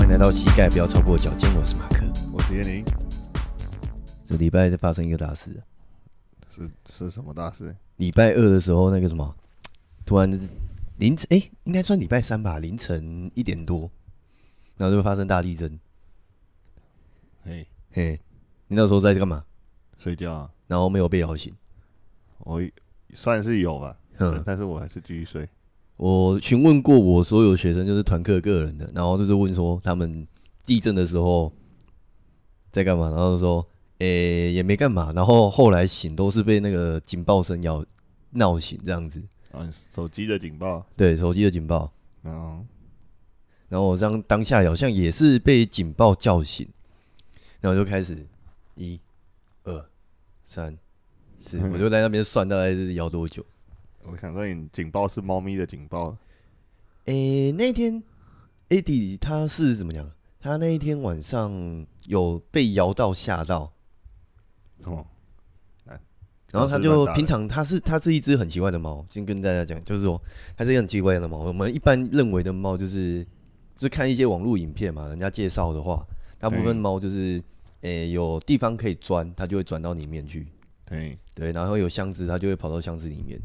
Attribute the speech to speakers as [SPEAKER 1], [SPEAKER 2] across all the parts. [SPEAKER 1] 迎来到膝盖不要超过脚尖，我是马克。
[SPEAKER 2] 我是叶宁，
[SPEAKER 1] 这礼拜发生一个大事，
[SPEAKER 2] 是是什么大事？
[SPEAKER 1] 礼拜二的时候那个什么，突然凌晨哎、应该算礼拜三吧，凌晨一点多，然后就发生大地震。
[SPEAKER 2] 嘿，
[SPEAKER 1] 嘿，你那时候在干嘛？
[SPEAKER 2] 睡觉啊，
[SPEAKER 1] 然后没有被摇醒。
[SPEAKER 2] 我算是有吧，
[SPEAKER 1] 嗯，
[SPEAKER 2] 但是我还是继续睡。
[SPEAKER 1] 我询问过我所有学生，就是团课个人的，然后就是问说他们地震的时候在干嘛，然后就说诶、也没干嘛，然后后来醒都是被那个警报声摇闹醒这样子，
[SPEAKER 2] 嗯，手机的警报，
[SPEAKER 1] 对，手机的警报，
[SPEAKER 2] 然后
[SPEAKER 1] 然后我当当下好像也是被警报叫醒，然后就开始一、二、三、四，我就在那边算大概是摇多久。
[SPEAKER 2] 我想说，你警报是猫咪的警报，
[SPEAKER 1] 诶、那天 AD 他是怎么讲？他那一天晚上有被摇到吓到，
[SPEAKER 2] 哦，
[SPEAKER 1] 然后他
[SPEAKER 2] 那是蛮
[SPEAKER 1] 就
[SPEAKER 2] 大的
[SPEAKER 1] 平常他是他是一只很奇怪的猫，先跟大家讲，就是说它是一个很奇怪的猫。我们一般认为的猫就是，就是看一些网络影片嘛，人家介绍的话，大部分
[SPEAKER 2] 嗯
[SPEAKER 1] 猫就是，诶、有地方可以钻，它就会钻到里面去，
[SPEAKER 2] 对，
[SPEAKER 1] 对，然后有箱子，它就会跑到箱子里面，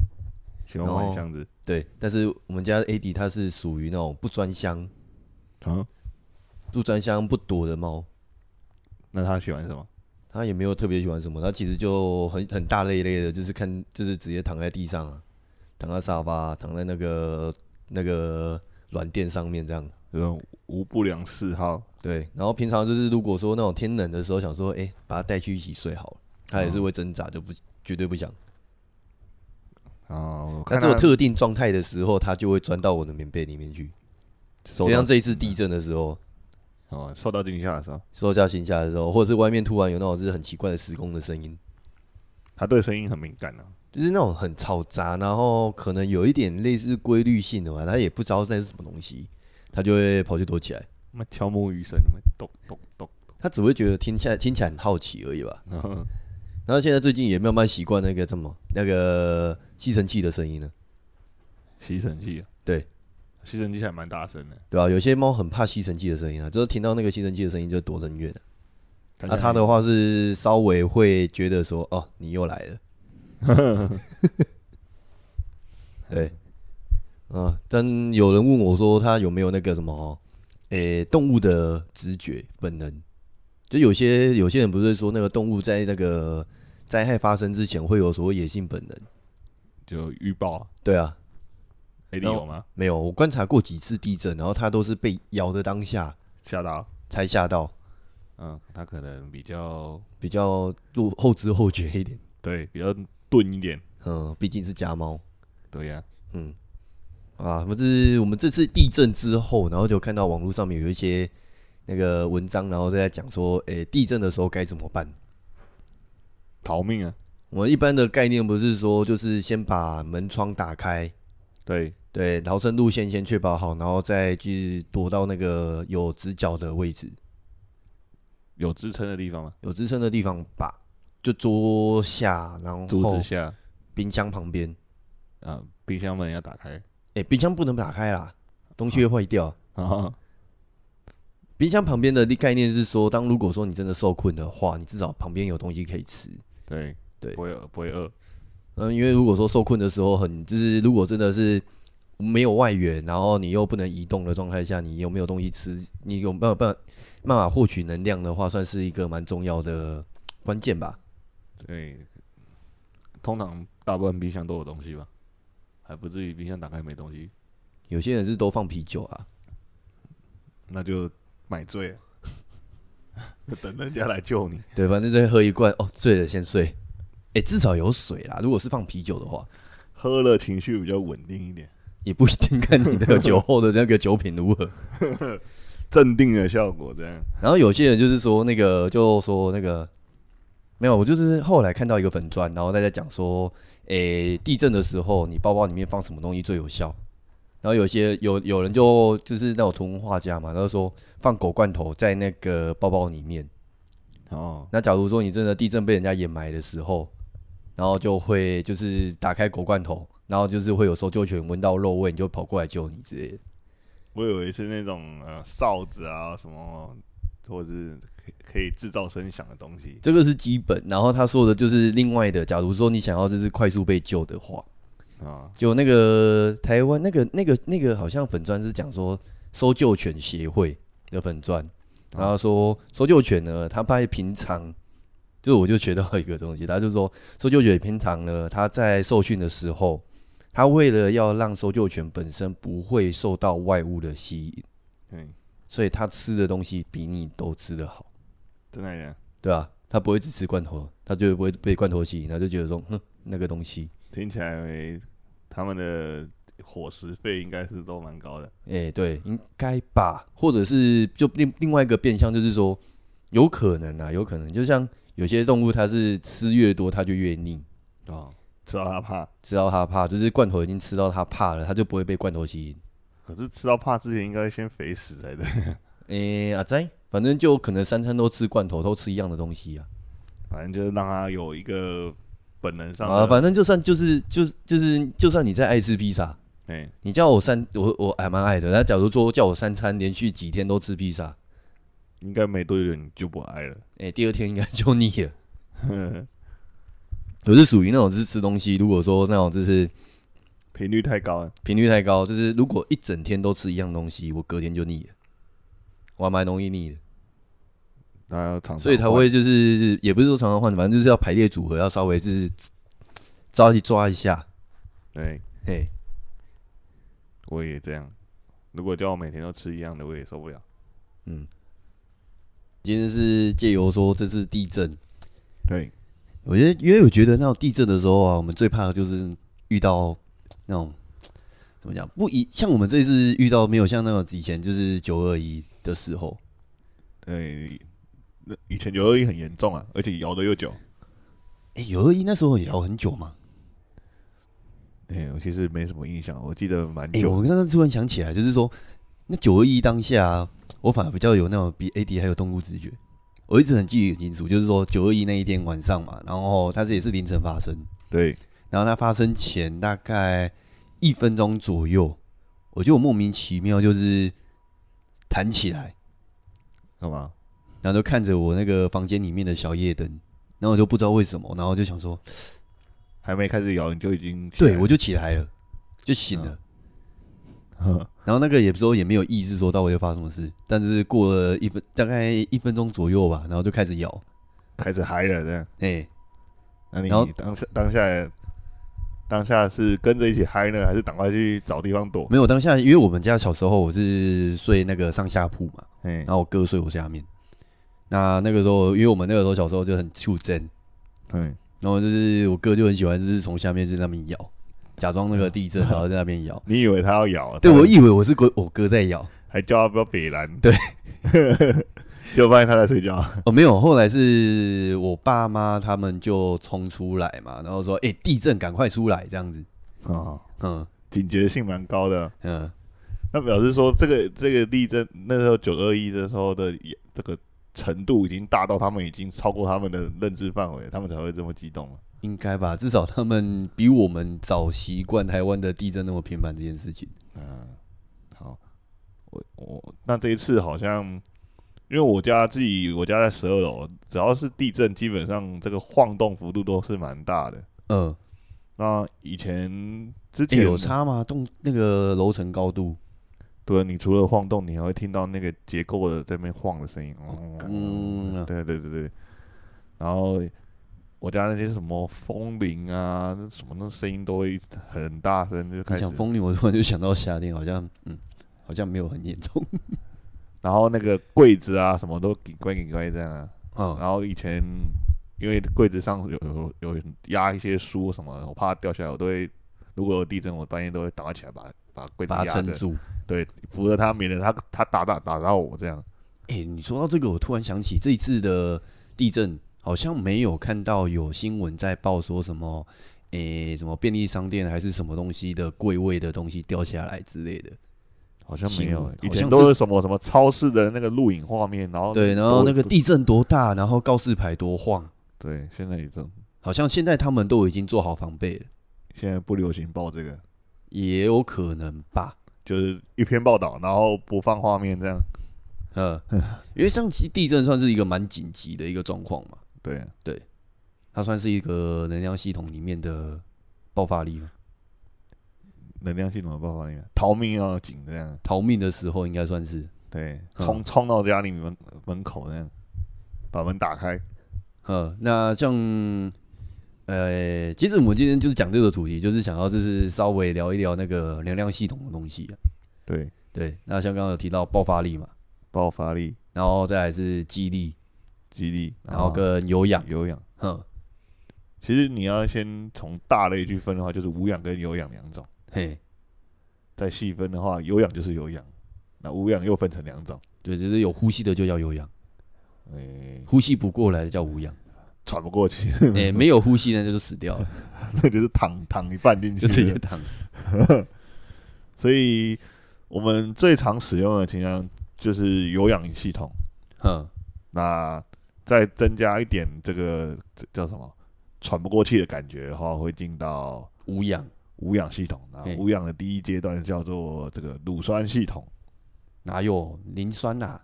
[SPEAKER 2] 喜欢
[SPEAKER 1] 然后
[SPEAKER 2] 玩箱子，
[SPEAKER 1] 对。但是我们家 AD 它是属于那种不钻箱、
[SPEAKER 2] 啊，
[SPEAKER 1] 不钻箱、不躲的猫，
[SPEAKER 2] 那他喜欢什么？
[SPEAKER 1] 他也没有特别喜欢什么，他其实就很很大累累的，就是看就是直接躺在地上啊，躺在沙发啊、躺在那个那个软垫上面这样。
[SPEAKER 2] 这种无不良嗜好，
[SPEAKER 1] 对，然后平常就是如果说那种天冷的时候，想说哎、诶把他带去一起睡好了，他也是会挣扎，就不绝对不想。
[SPEAKER 2] 啊，我
[SPEAKER 1] 那
[SPEAKER 2] 看
[SPEAKER 1] 只有
[SPEAKER 2] 他
[SPEAKER 1] 特定状态的时候，他就会钻到我的棉被里面去。
[SPEAKER 2] 受
[SPEAKER 1] 就像
[SPEAKER 2] 到
[SPEAKER 1] 这一次地震的时候，
[SPEAKER 2] 哦受到惊吓的时候，
[SPEAKER 1] 受下惊吓的时候，或者是外面突然有那种就是很奇怪的施工的声音，
[SPEAKER 2] 他对声音很敏感啊，
[SPEAKER 1] 就是那种很嘈杂，然后可能有一点类似规律性的吧，他也不知道那是什么东西，他就会跑去躲起来。
[SPEAKER 2] 那敲木鱼声，那么咚咚咚，
[SPEAKER 1] 他只会觉得听起来听起来很好奇而已吧。
[SPEAKER 2] 然后
[SPEAKER 1] 然后现在最近也慢慢习惯那个什么那个吸尘器的声音了，
[SPEAKER 2] 吸尘器啊，
[SPEAKER 1] 对
[SPEAKER 2] 吸尘器还蛮大声的，
[SPEAKER 1] 对吧、有些猫很怕吸尘器的声音啊，就是听到那个吸尘器的声音就躲得很远。那、
[SPEAKER 2] 看起来
[SPEAKER 1] 它啊的话是稍微会觉得说，哦，你又来了。对，啊，但有人问我说，他有没有那个什么，诶、动物的直觉本能？就有些有些人不是说那个动物在那个灾害发生之前会有所谓野性本能？
[SPEAKER 2] 就预报啊
[SPEAKER 1] 对啊，
[SPEAKER 2] ，AD
[SPEAKER 1] 然后
[SPEAKER 2] 有吗？
[SPEAKER 1] 没有，我观察过几次地震，然后它都是被摇的当下
[SPEAKER 2] 吓到。
[SPEAKER 1] 才吓到，
[SPEAKER 2] 嗯，他可能比较
[SPEAKER 1] 比较后后知后觉一点。
[SPEAKER 2] 对，比较钝一点。
[SPEAKER 1] 嗯，毕竟是家猫。
[SPEAKER 2] 对呀、
[SPEAKER 1] 嗯，啊，不是我们这次地震之后，然后就看到网络上面有一些那个文章，然后在讲说，诶、地震的时候该怎么办？
[SPEAKER 2] 逃命啊！
[SPEAKER 1] 我们一般的概念不是说，就是先把门窗打开，
[SPEAKER 2] 对，
[SPEAKER 1] 对，逃生路线先确保好，然后再去躲到那个有直角的位置，
[SPEAKER 2] 有支撑的地方嘛，
[SPEAKER 1] 有支撑的地方吧，就桌下，然
[SPEAKER 2] 柱
[SPEAKER 1] 后
[SPEAKER 2] 子下啊、
[SPEAKER 1] 冰箱旁边。
[SPEAKER 2] 冰箱门要打开
[SPEAKER 1] 诶、冰箱不能打开啦，东西会坏掉。
[SPEAKER 2] 啊。
[SPEAKER 1] 冰箱旁边的概念是说，当如果说你真的受困的话，你至少旁边有东西可以吃。
[SPEAKER 2] 对
[SPEAKER 1] 对
[SPEAKER 2] 不会饿，不会饿。
[SPEAKER 1] 嗯，因为如果说受困的时候很，就是如果真的是没有外援，然后你又不能移动的状态下，你有没有东西吃，你有没有办法办法获取能量的话，算是一个蛮重要的关键吧。
[SPEAKER 2] 对，通常大部分冰箱都有东西吧，还不至于冰箱打开没东西，
[SPEAKER 1] 有些人是都放啤酒啊，
[SPEAKER 2] 那就买醉了，就等人家来救你。
[SPEAKER 1] 对，反正再喝一罐，哦，醉了先睡。哎、至少有水啦。如果是放啤酒的话，
[SPEAKER 2] 喝了情绪比较稳定一点，
[SPEAKER 1] 也不一定看你的酒后的那个酒品如何。
[SPEAKER 2] 镇定的效果这样。
[SPEAKER 1] 然后有些人就是说那个，就说那个没有，我就是后来看到一个粉砖，然后大家讲说，诶、地震的时候你包包里面放什么东西最有效？然后有些有有人就就是那种图文画家嘛，他就说放狗罐头在那个包包里面。
[SPEAKER 2] 哦，
[SPEAKER 1] 那假如说你真的地震被人家掩埋的时候，然后就会就是打开狗罐头，然后就是会有搜救犬闻到肉味，你就跑过来救你之类的。
[SPEAKER 2] 我以为是那种呃哨子啊什么，或者是可以可以制造声响的东西。
[SPEAKER 1] 这个是基本。然后他说的就是另外的，假如说你想要这是快速被救的话，
[SPEAKER 2] 啊，
[SPEAKER 1] 就那个台湾那个那个那个好像粉砖是讲说搜救犬协会的粉砖，然后说搜救犬呢，它在平常，就我就学到一个东西，他就说搜救犬平常呢，它在受训的时候，它为了要让搜救犬本身不会受到外物的吸引，
[SPEAKER 2] 嗯，
[SPEAKER 1] 所以它吃的东西比你都吃得好，
[SPEAKER 2] 真的呀，
[SPEAKER 1] 对吧、它不会只吃罐头，它就不会被罐头吸引，它就觉得说，哼，那个东西，
[SPEAKER 2] 听起来他们的伙食费应该是都蛮高的。
[SPEAKER 1] 哎、对，应该吧，或者是就另另外一个变相，就是说，有可能啊，有可能，就像有些动物，它是吃越多，它就越腻，哦
[SPEAKER 2] 啊，吃到他怕，
[SPEAKER 1] 吃到它怕，就是罐头已经吃到它怕了，它就不会被罐头吸引。
[SPEAKER 2] 可是吃到怕之前应该先肥死才对。
[SPEAKER 1] 哎、阿仔，反正就可能三餐都吃罐头，都吃一样的东西啊。
[SPEAKER 2] 反正就是让他有一个本能上
[SPEAKER 1] 啊，
[SPEAKER 2] 的，
[SPEAKER 1] 反正就算就是就是就是，就算你再爱吃披萨，
[SPEAKER 2] 哎，
[SPEAKER 1] 你叫我三，我我还蛮爱的。那假如说叫我三餐连续几天都吃披萨，
[SPEAKER 2] 应该没多久你就不爱了。
[SPEAKER 1] 哎、第二天应该就腻了。 我是属于那种就是吃东西，如果说那种就是
[SPEAKER 2] 频率太高了，
[SPEAKER 1] 频率太高，就是如果一整天都吃一样东西，我隔天就腻了，我还蛮容易腻的，
[SPEAKER 2] 那要常常
[SPEAKER 1] 所以才
[SPEAKER 2] 换
[SPEAKER 1] 会就是也不是说常常换，反正就是要排列组合，要稍微就是抓去抓一下，
[SPEAKER 2] 对，
[SPEAKER 1] 嘿，
[SPEAKER 2] 我也这样。如果叫我每天都吃一样的，我也受不了。
[SPEAKER 1] 嗯。今天是借由说这次地震，
[SPEAKER 2] 对，
[SPEAKER 1] 我觉得因为我觉得那种地震的时候啊，我们最怕的就是遇到那种怎么讲不一像我们这次遇到没有像那种以前就是九二一的时候，
[SPEAKER 2] 对，那以前九二一很严重啊，而且摇的又久。
[SPEAKER 1] 哎九二一那时候也要很久嘛，
[SPEAKER 2] 对，我其实没什么印象，我记得蛮
[SPEAKER 1] 哎、
[SPEAKER 2] 久。
[SPEAKER 1] 我刚刚突然想起来，就是说，那九二一当下啊、我反而比较有那种比 AD 还有动物直觉。我一直很记得很清楚，就是说九二一那一天晚上嘛，然后它是也是凌晨发生，
[SPEAKER 2] 对，
[SPEAKER 1] 然后它发生前大概一分钟左右，我就莫名其妙就是弹起来，
[SPEAKER 2] 干嘛？
[SPEAKER 1] 然后就看着我那个房间里面的小夜灯，然后我就不知道为什么，然后就想说，
[SPEAKER 2] 还没开始摇你就已经起
[SPEAKER 1] 对
[SPEAKER 2] 来
[SPEAKER 1] 我就起来了，就醒了。
[SPEAKER 2] 了
[SPEAKER 1] 然后那个也不是说也没有意识说到底会发生什么事，但是过了一分大概一分钟左右吧，然后就开始摇，
[SPEAKER 2] 开始嗨了这样。
[SPEAKER 1] 哎、
[SPEAKER 2] 那你
[SPEAKER 1] 然后
[SPEAKER 2] 当下当下当下是跟着一起嗨呢，还是赶快去找地方躲？
[SPEAKER 1] 没有当下，因为我们家小时候我是睡那个上下铺嘛，
[SPEAKER 2] 哎
[SPEAKER 1] 然，后我哥睡我下面，那那个时候因为我们那个时候小时候就很出针，
[SPEAKER 2] 嗯，，
[SPEAKER 1] 然后就是我哥就很喜欢就是从下面就在那边摇，假装那个地震，然后在那边摇
[SPEAKER 2] 你以为他要咬？
[SPEAKER 1] 对
[SPEAKER 2] 他
[SPEAKER 1] 我以为我是哥我哥在摇，
[SPEAKER 2] 还叫他不要北蓝，
[SPEAKER 1] 对，
[SPEAKER 2] 就发现他在睡觉。
[SPEAKER 1] 哦，没有，后来是我爸妈他们就冲出来嘛，然后说，哎、地震赶快出来这样子，
[SPEAKER 2] 哦，
[SPEAKER 1] 嗯
[SPEAKER 2] 警觉性蛮高的。
[SPEAKER 1] 嗯。
[SPEAKER 2] 那表示说，这个这个地震那时候九二一的时候的也这个程度已经大到他们已经超过他们的认知范围，他们才会这么激动了。
[SPEAKER 1] 应该吧，至少他们比我们早习惯台湾的地震那么频繁这件事情。
[SPEAKER 2] 嗯，好，我我那这一次好像，因为我家自己我家在十二楼，只要是地震，基本上这个晃动幅度都是蛮大的。
[SPEAKER 1] 嗯，
[SPEAKER 2] 那以前之
[SPEAKER 1] 欸
[SPEAKER 2] 前
[SPEAKER 1] 有，差吗？动那个楼层高度，
[SPEAKER 2] 对，你除了晃动，你还会听到那个结构的这边晃的声音。哦
[SPEAKER 1] 嗯啊
[SPEAKER 2] 对对对对。然后我家那些什么风铃啊，那什么那声音都会很大声，就开
[SPEAKER 1] 你
[SPEAKER 2] 始
[SPEAKER 1] 讲。风铃，我突然就想到夏天，好像嗯，好像没有很严重。
[SPEAKER 2] 然后那个柜子啊，什么都给乖给乖这样啊。
[SPEAKER 1] 嗯，
[SPEAKER 2] 然后以前因为柜子上有有有压一些书什么的，我怕掉下来，我都会如果有地震，我半夜都会打起来把把柜子
[SPEAKER 1] 把
[SPEAKER 2] 压
[SPEAKER 1] 它撑，
[SPEAKER 2] 着
[SPEAKER 1] 住。
[SPEAKER 2] 对，扶着它，免得它它打打打到我这样。
[SPEAKER 1] 哎、你说到这个，我突然想起这一次的地震，好像没有看到有新闻在报说什么，诶、什么便利商店还是什么东西的柜位的东西掉下来之类的。
[SPEAKER 2] 好像没有
[SPEAKER 1] 新闻
[SPEAKER 2] 欸
[SPEAKER 1] 好，
[SPEAKER 2] 以
[SPEAKER 1] 像
[SPEAKER 2] 前
[SPEAKER 1] 这
[SPEAKER 2] 都是什么什么超市的那个录影画面，然后
[SPEAKER 1] 对，然后
[SPEAKER 2] 都
[SPEAKER 1] 哦那个
[SPEAKER 2] 都
[SPEAKER 1] 地震多大，然后告示牌多晃，
[SPEAKER 2] 对，现在也这
[SPEAKER 1] 好像现在他们都已经做好防备了，
[SPEAKER 2] 现在不流行报这个，
[SPEAKER 1] 也有可能吧。
[SPEAKER 2] 就是一篇报道，然后不放画面这样。
[SPEAKER 1] 嗯，因为上期地震算是一个蛮紧急的一个状况嘛，
[SPEAKER 2] 对，
[SPEAKER 1] 它算是一个能量系统里面的爆发力嘛，
[SPEAKER 2] 能量系统的爆发里面，逃命要紧这样。
[SPEAKER 1] 逃命的时候应该算是，
[SPEAKER 2] 对，
[SPEAKER 1] 嗯
[SPEAKER 2] 冲冲到家里门门口这样，把门打开。
[SPEAKER 1] 嗯，那像，呃，其实我们今天就是讲这个主题，就是想要就是稍微聊一聊那个能量系统的东西、啊。
[SPEAKER 2] 对，
[SPEAKER 1] 对，那像刚刚有提到爆发力嘛，
[SPEAKER 2] 爆发力、
[SPEAKER 1] 然后再来是肌力，
[SPEAKER 2] 肌力，
[SPEAKER 1] 然后跟有氧，
[SPEAKER 2] 有氧。
[SPEAKER 1] 哼，
[SPEAKER 2] 其实你要先从大类去分的话，就是无氧跟有氧两种。
[SPEAKER 1] 嘿，
[SPEAKER 2] 再细分的话，有氧就是有氧，那无氧又分成两种。
[SPEAKER 1] 对，就是有呼吸的就叫有氧，
[SPEAKER 2] 诶、
[SPEAKER 1] 呼吸不过来的叫无 氧，
[SPEAKER 2] 喘不过气，
[SPEAKER 1] 哎、没有呼吸呢就是死掉了，
[SPEAKER 2] 那就是躺躺一半进去
[SPEAKER 1] 就 直接
[SPEAKER 2] 了。
[SPEAKER 1] 躺。
[SPEAKER 2] 所以我们最常使用的倾向就是有氧系统。
[SPEAKER 1] 哼，
[SPEAKER 2] 那再增加一点这个这叫什么喘不过气的感觉的话，会进到
[SPEAKER 1] 无氧，
[SPEAKER 2] 无氧系统。那
[SPEAKER 1] 嘿
[SPEAKER 2] 无氧的第一阶段叫做这个乳酸系统，
[SPEAKER 1] 哪有磷酸呐、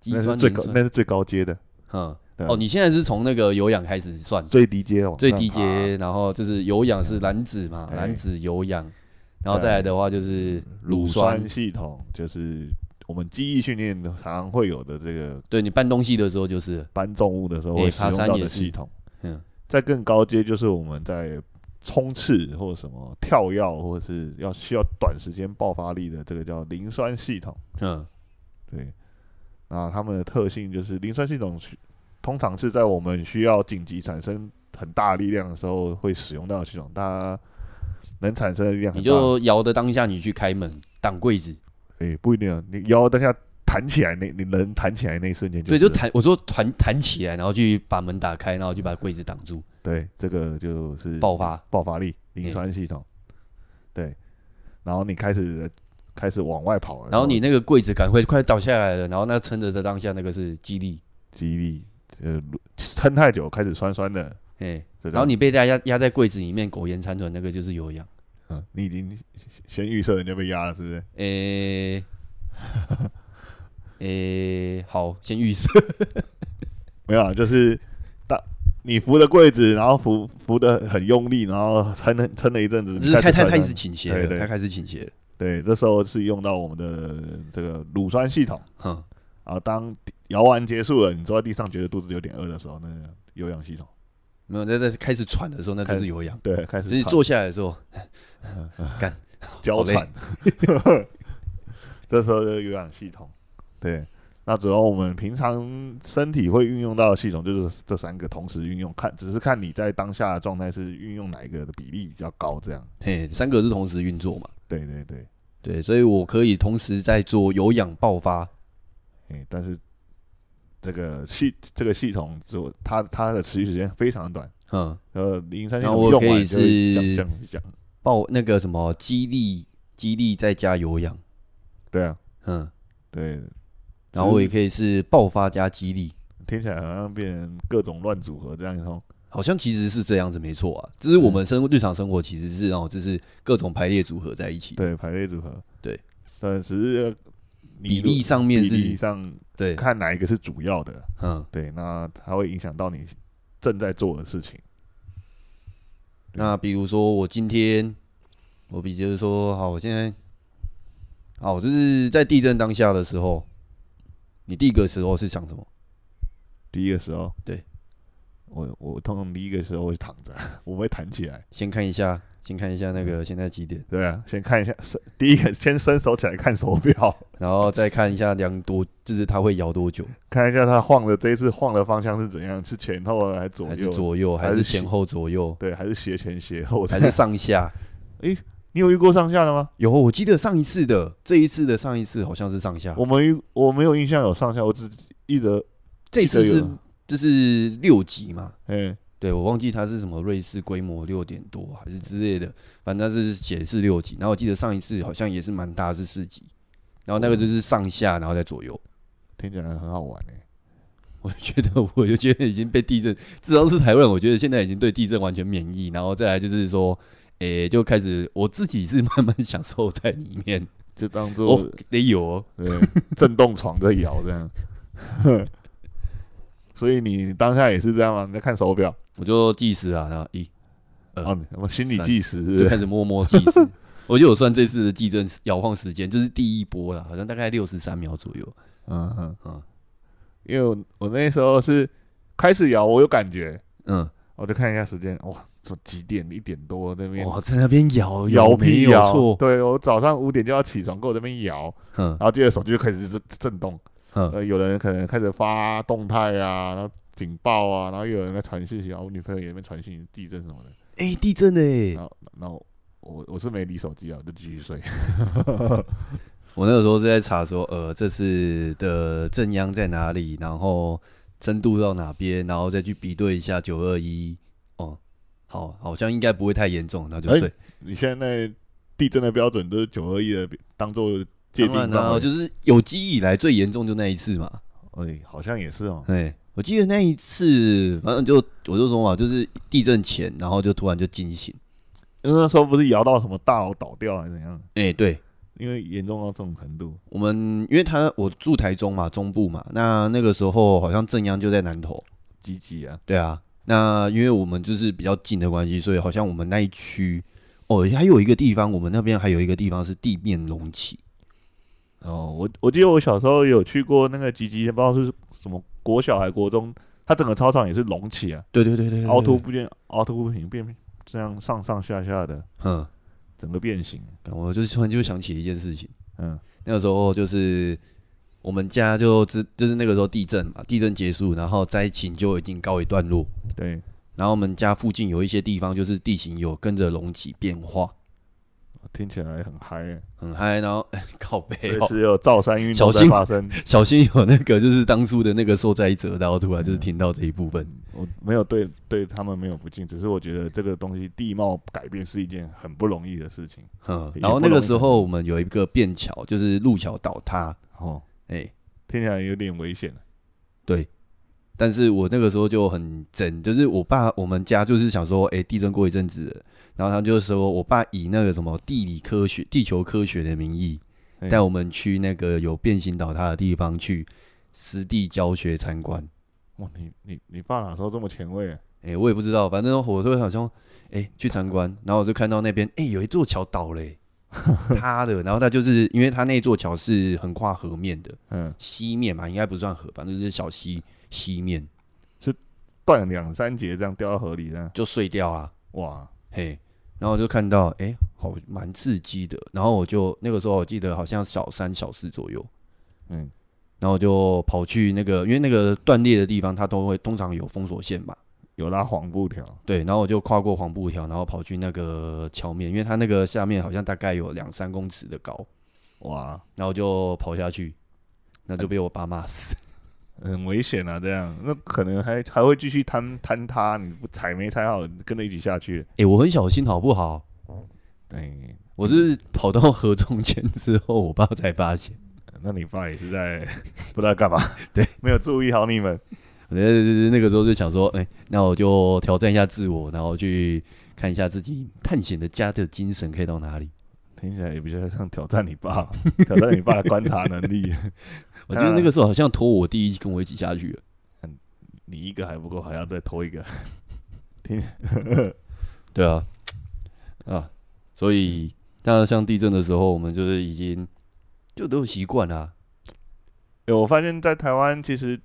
[SPEAKER 1] 肌
[SPEAKER 2] 那是
[SPEAKER 1] 酸
[SPEAKER 2] 最
[SPEAKER 1] 磷
[SPEAKER 2] 高，
[SPEAKER 1] 酸，
[SPEAKER 2] 那是最高阶的。
[SPEAKER 1] 哼，
[SPEAKER 2] 对啊
[SPEAKER 1] 哦，你现在是从那个有氧开始算，
[SPEAKER 2] 最低阶哦往上爬，
[SPEAKER 1] 最低阶，然后就是有氧是燃脂嘛，
[SPEAKER 2] 啊哎
[SPEAKER 1] 燃脂有氧，然后再来的话就是
[SPEAKER 2] 乳
[SPEAKER 1] 乳酸
[SPEAKER 2] 酸，系统就是我们记忆训练常常会有的这个
[SPEAKER 1] 对你搬东西的时候就是，
[SPEAKER 2] 搬重物的时候
[SPEAKER 1] 诶
[SPEAKER 2] 会使
[SPEAKER 1] 爬
[SPEAKER 2] 用
[SPEAKER 1] 山
[SPEAKER 2] 到
[SPEAKER 1] 也
[SPEAKER 2] 的
[SPEAKER 1] 是
[SPEAKER 2] 系统。
[SPEAKER 1] 嗯，
[SPEAKER 2] 再更高阶就是我们在冲刺或者什么跳跃，或者是要需要短时间爆发力的这个叫磷酸系统。
[SPEAKER 1] 嗯，
[SPEAKER 2] 对，那它们的特性就是磷酸系统需通常是在我们需要紧急产生很大力量的时候会使用到的系统，它能产生的力量
[SPEAKER 1] 你
[SPEAKER 2] 很大。
[SPEAKER 1] 就摇的当下你去开门挡柜子，
[SPEAKER 2] 诶、不一定啊，你腰当下弹起来那你人弹起来那一瞬间、
[SPEAKER 1] 对，
[SPEAKER 2] 是
[SPEAKER 1] 就弹，我说弹弹起来，然后去把门打开，然后去把柜子挡住，
[SPEAKER 2] 对，这个就是
[SPEAKER 1] 爆发，
[SPEAKER 2] 爆发力
[SPEAKER 1] 嘿
[SPEAKER 2] 磷酸系统，对，然后你开始开始往外跑了，
[SPEAKER 1] 然后你那个柜子赶快快倒下来了，然后那撑着的当下那个是肌力，
[SPEAKER 2] 肌力呃撑太久开始酸酸的，
[SPEAKER 1] 哎，
[SPEAKER 2] 这
[SPEAKER 1] 然后
[SPEAKER 2] 种
[SPEAKER 1] 你被大家压压在柜子里面苟延残喘，那个就是有氧，
[SPEAKER 2] 嗯，你已经先预设人家被压了，是不是？
[SPEAKER 1] 诶。诶，好，先预设，
[SPEAKER 2] 没有啊，就是当你扶着柜子，然后扶扶的很用力，然后撑了撑了一阵子，
[SPEAKER 1] 就
[SPEAKER 2] 你
[SPEAKER 1] 是
[SPEAKER 2] 开
[SPEAKER 1] 他
[SPEAKER 2] 始
[SPEAKER 1] 他
[SPEAKER 2] 喘
[SPEAKER 1] 他一
[SPEAKER 2] 了
[SPEAKER 1] 直倾斜
[SPEAKER 2] 对
[SPEAKER 1] 了，
[SPEAKER 2] 对
[SPEAKER 1] 他开始倾斜了，
[SPEAKER 2] 对，这时候是用到我们的这个乳酸系统。
[SPEAKER 1] 哼，
[SPEAKER 2] 然后当摇完结束了，你坐在地上觉得肚子有点饿的时候，那个有氧系统
[SPEAKER 1] 没有，那那是开始喘的时候，那就是有氧。
[SPEAKER 2] 对开
[SPEAKER 1] 就
[SPEAKER 2] 始
[SPEAKER 1] 是你
[SPEAKER 2] 喘
[SPEAKER 1] 坐下来的时候，
[SPEAKER 2] 交
[SPEAKER 1] 好累
[SPEAKER 2] 喘， 这时候就是有氧系统。对，那主要我们平常身体会运用到的系统就是这三个同时运用，看只是看你在当下的状态是运用哪一个的比例比较高，这样。
[SPEAKER 1] 嘿，三个是同时运作嘛？
[SPEAKER 2] 对对对，
[SPEAKER 1] 对，所以我可以同时在做有氧爆发，
[SPEAKER 2] 哎、但是这个系这个系统就它它的持续时间非常短，
[SPEAKER 1] 嗯，
[SPEAKER 2] 呃，零三系
[SPEAKER 1] 然
[SPEAKER 2] 统
[SPEAKER 1] 后我
[SPEAKER 2] 用
[SPEAKER 1] 可以
[SPEAKER 2] 完就会
[SPEAKER 1] 是
[SPEAKER 2] 降降降，
[SPEAKER 1] 爆那个什么激励，激励再加有氧，
[SPEAKER 2] 对啊，
[SPEAKER 1] 嗯，
[SPEAKER 2] 对，
[SPEAKER 1] 然后我也可以是爆发加激励，
[SPEAKER 2] 听起来好像变成各种乱组合这样一通。
[SPEAKER 1] 好像其实是这样子，没错啊。只是我们生日常生活其实是哦，就是各种排列组合在一起，
[SPEAKER 2] 对，排列组合，
[SPEAKER 1] 对，
[SPEAKER 2] 但只是呃你
[SPEAKER 1] 比
[SPEAKER 2] 如
[SPEAKER 1] 例上面
[SPEAKER 2] 比例
[SPEAKER 1] 是，
[SPEAKER 2] 上
[SPEAKER 1] 对，
[SPEAKER 2] 看哪一个是主要的，
[SPEAKER 1] 嗯，
[SPEAKER 2] 对，那它会影响到你正在做的事情。
[SPEAKER 1] 那比如说我今天，我比就是说，好，我现在，好，我就是在地震当下的时候，你第一个时候是想什么？
[SPEAKER 2] 第一个时候，
[SPEAKER 1] 对，
[SPEAKER 2] 我我通常第一个时候会躺着， 我不会弹起来。
[SPEAKER 1] 先看一下，先看一下那个现在几点，
[SPEAKER 2] 对啊，先看一下伸，第一个先伸手起来看手表，
[SPEAKER 1] 然后再看一下量多，就是它会摇多久，
[SPEAKER 2] 看一下它晃的这一次晃的方向是怎样，是前后啊还是左
[SPEAKER 1] 还是
[SPEAKER 2] 右？
[SPEAKER 1] 左右，还
[SPEAKER 2] 还
[SPEAKER 1] 是
[SPEAKER 2] 是
[SPEAKER 1] 前
[SPEAKER 2] 斜
[SPEAKER 1] 后左右，
[SPEAKER 2] 对，还是斜前斜后？
[SPEAKER 1] 还是上下？
[SPEAKER 2] 你有遇过上下的吗？
[SPEAKER 1] 有，我记得上一次的，这一次的上一次好像是上下，
[SPEAKER 2] 我们遇我没有印象有上下，我只记得
[SPEAKER 1] 这次
[SPEAKER 2] 记得
[SPEAKER 1] 是
[SPEAKER 2] 有
[SPEAKER 1] 就是六级嘛，
[SPEAKER 2] 嗯，
[SPEAKER 1] 对我忘记它是什么瑞士规模六点多还是之类的，反正它是写是六级。然后我记得上一次好像也是蛮大，是四级。然后那个就是上下，然后再左右。
[SPEAKER 2] 听起来很好玩诶、
[SPEAKER 1] 我就觉得，我就觉得已经被地震，至少是台湾人，我觉得现在已经对地震完全免疫。然后再来就是说，诶、就开始我自己是慢慢享受在里面。
[SPEAKER 2] 就当做、
[SPEAKER 1] 哦，得有哦，
[SPEAKER 2] 对 震动床在摇这样。 所以你当下也是这样吗？你在看手表，
[SPEAKER 1] 我就计时啊，然后一
[SPEAKER 2] 然后你我心理
[SPEAKER 1] 嗯三
[SPEAKER 2] 计时是不是
[SPEAKER 1] 就开始默默计时。我就有算这次的计正摇晃时间，这是第一波啦，好像大概六十三秒左右。
[SPEAKER 2] 嗯嗯
[SPEAKER 1] 嗯
[SPEAKER 2] 嗯，因为我我那时候是开始摇，我有感觉，
[SPEAKER 1] 嗯，
[SPEAKER 2] 我就看一下时间，哇，这几点？一点多那边
[SPEAKER 1] 我在那边摇
[SPEAKER 2] 摇
[SPEAKER 1] 没
[SPEAKER 2] 屁
[SPEAKER 1] 有
[SPEAKER 2] 摇，
[SPEAKER 1] 错，
[SPEAKER 2] 对我早上五点就要起床，跟我这边摇，
[SPEAKER 1] 嗯
[SPEAKER 2] 然后接着手机就开始震震动，
[SPEAKER 1] 嗯，
[SPEAKER 2] 呃，有人可能开始发动态啊，然后警报啊，然后有人在传讯息，然后我女朋友也在那边传讯息地震什么的，
[SPEAKER 1] 哎、地震嘞、
[SPEAKER 2] 然后然后我我是没理手机啊，我就继续睡。
[SPEAKER 1] 我那个时候是在查说，呃，这次的正央在哪里，然后深度到哪边，然后再去比对一下九二一。哦，好，好像应该不会太严重，那就
[SPEAKER 2] 哎
[SPEAKER 1] 睡。
[SPEAKER 2] 你现在地震的标准都是九二一的，当做界定
[SPEAKER 1] 当然
[SPEAKER 2] 范
[SPEAKER 1] 啦、
[SPEAKER 2] 围
[SPEAKER 1] 就是有记忆以来最严重就那一次嘛。
[SPEAKER 2] 哎，好像也是哦。
[SPEAKER 1] 哎，我记得那一次，反正就我就说嘛，就是地震前，然后就突然就惊醒。
[SPEAKER 2] 因为那时候不是摇到什么大楼倒掉还是怎样，
[SPEAKER 1] 哎、对
[SPEAKER 2] 因为严重到这种程度，
[SPEAKER 1] 我们，因为他我住台中嘛，中部嘛，那那个时候好像正央就在南投。
[SPEAKER 2] 积极啊，
[SPEAKER 1] 对啊，那因为我们就是比较近的关系，所以好像我们那一区哦，还有一个地方，我们那边还有一个地方是地面隆起。
[SPEAKER 2] 哦，我我记得我小时候有去过那个吉吉，不知道是什么国小还国中，它整个操场也是隆起啊，
[SPEAKER 1] 对对对对对
[SPEAKER 2] 凹凸，不见，凹凸不平，变这样上上下下的，
[SPEAKER 1] 嗯，
[SPEAKER 2] 整个变形。
[SPEAKER 1] 干我就突然就想起一件事情，
[SPEAKER 2] 嗯，
[SPEAKER 1] 那个时候就是我们家就知就是那个时候地震嘛，地震结束，然后灾情就已经告一段落，
[SPEAKER 2] 对，
[SPEAKER 1] 然后我们家附近有一些地方就是地形有跟着隆起变化，
[SPEAKER 2] 听起来很嗨、欸，
[SPEAKER 1] 很嗨，然后 靠背、
[SPEAKER 2] 这
[SPEAKER 1] 哦，
[SPEAKER 2] 次有造山运
[SPEAKER 1] 小
[SPEAKER 2] 动在
[SPEAKER 1] 心
[SPEAKER 2] 发生，
[SPEAKER 1] 小心有那个就是当初的那个受灾者，然后突然
[SPEAKER 2] 嗯
[SPEAKER 1] 就是听到这一部分。
[SPEAKER 2] 我没有对对他们没有不敬，只是我觉得这个东西地貌改变是一件很不容易的事情。
[SPEAKER 1] 嗯，
[SPEAKER 2] 也
[SPEAKER 1] 然后
[SPEAKER 2] 不
[SPEAKER 1] 那个
[SPEAKER 2] 容易
[SPEAKER 1] 时候我们有一个便桥，就是路桥倒塌，
[SPEAKER 2] 哦，
[SPEAKER 1] 哎、
[SPEAKER 2] 听起来有点危险。
[SPEAKER 1] 但是我那个时候就很整，就是我爸我们家就是想说，哎、地震过一阵子了，然后他就说我爸以那个什么地理科学、地球科学的名义，
[SPEAKER 2] 哎
[SPEAKER 1] 带我们去那个有变形倒塌的地方去实地教学参观。
[SPEAKER 2] 哇，你你你爸哪时候这么前卫、啊？
[SPEAKER 1] 哎、我也不知道，反正我就想说，哎、去参观，然后我就看到那边，哎、有一座桥倒嘞、塌的，然后他就是因为他那座桥是横跨河面的。
[SPEAKER 2] 嗯，
[SPEAKER 1] 西面嘛，应该不算河，反正就是小溪西面
[SPEAKER 2] 断两三节这样掉到河里这样，
[SPEAKER 1] 就碎掉啊，
[SPEAKER 2] 哇，
[SPEAKER 1] 嘿，然后我就看到，哎、好蛮刺激的，然后我就那个时候我记得好像小三小四左右，
[SPEAKER 2] 嗯，
[SPEAKER 1] 然后我就跑去那个，因为那个断裂的地方它都会通常有封锁线嘛，
[SPEAKER 2] 有拉黄布条，
[SPEAKER 1] 对，然后我就跨过黄布条，然后跑去那个桥面，因为它那个下面好像大概有两三公尺的高，
[SPEAKER 2] 哇，
[SPEAKER 1] 然后我就跑下去，那就被我爸骂死。
[SPEAKER 2] 很危险啊，这样，那可能还还会继续坍坍塌，你不踩没踩好，跟着一起下去。
[SPEAKER 1] 哎、我很小心好不好？
[SPEAKER 2] 对，
[SPEAKER 1] 我是跑到河中间之后，我爸才发现。
[SPEAKER 2] 那你爸也是在不知道干嘛，
[SPEAKER 1] 对，
[SPEAKER 2] 没有注意好你们。
[SPEAKER 1] 我觉得那个时候就想说，哎、那我就挑战一下自我，然后去看一下自己探险的家的精神可以到哪里。
[SPEAKER 2] 听起来也比较像挑战你爸，挑战你爸的观察能力。
[SPEAKER 1] 我觉得
[SPEAKER 2] 嗯
[SPEAKER 1] 那个时候好像拖我弟跟我一起下去了。
[SPEAKER 2] 你一个还不够，还要再偷一个。 听，
[SPEAKER 1] 对啊，啊，所以那像地震的时候，我们就是已经就都习惯了。啊
[SPEAKER 2] 欸我发现在台湾其实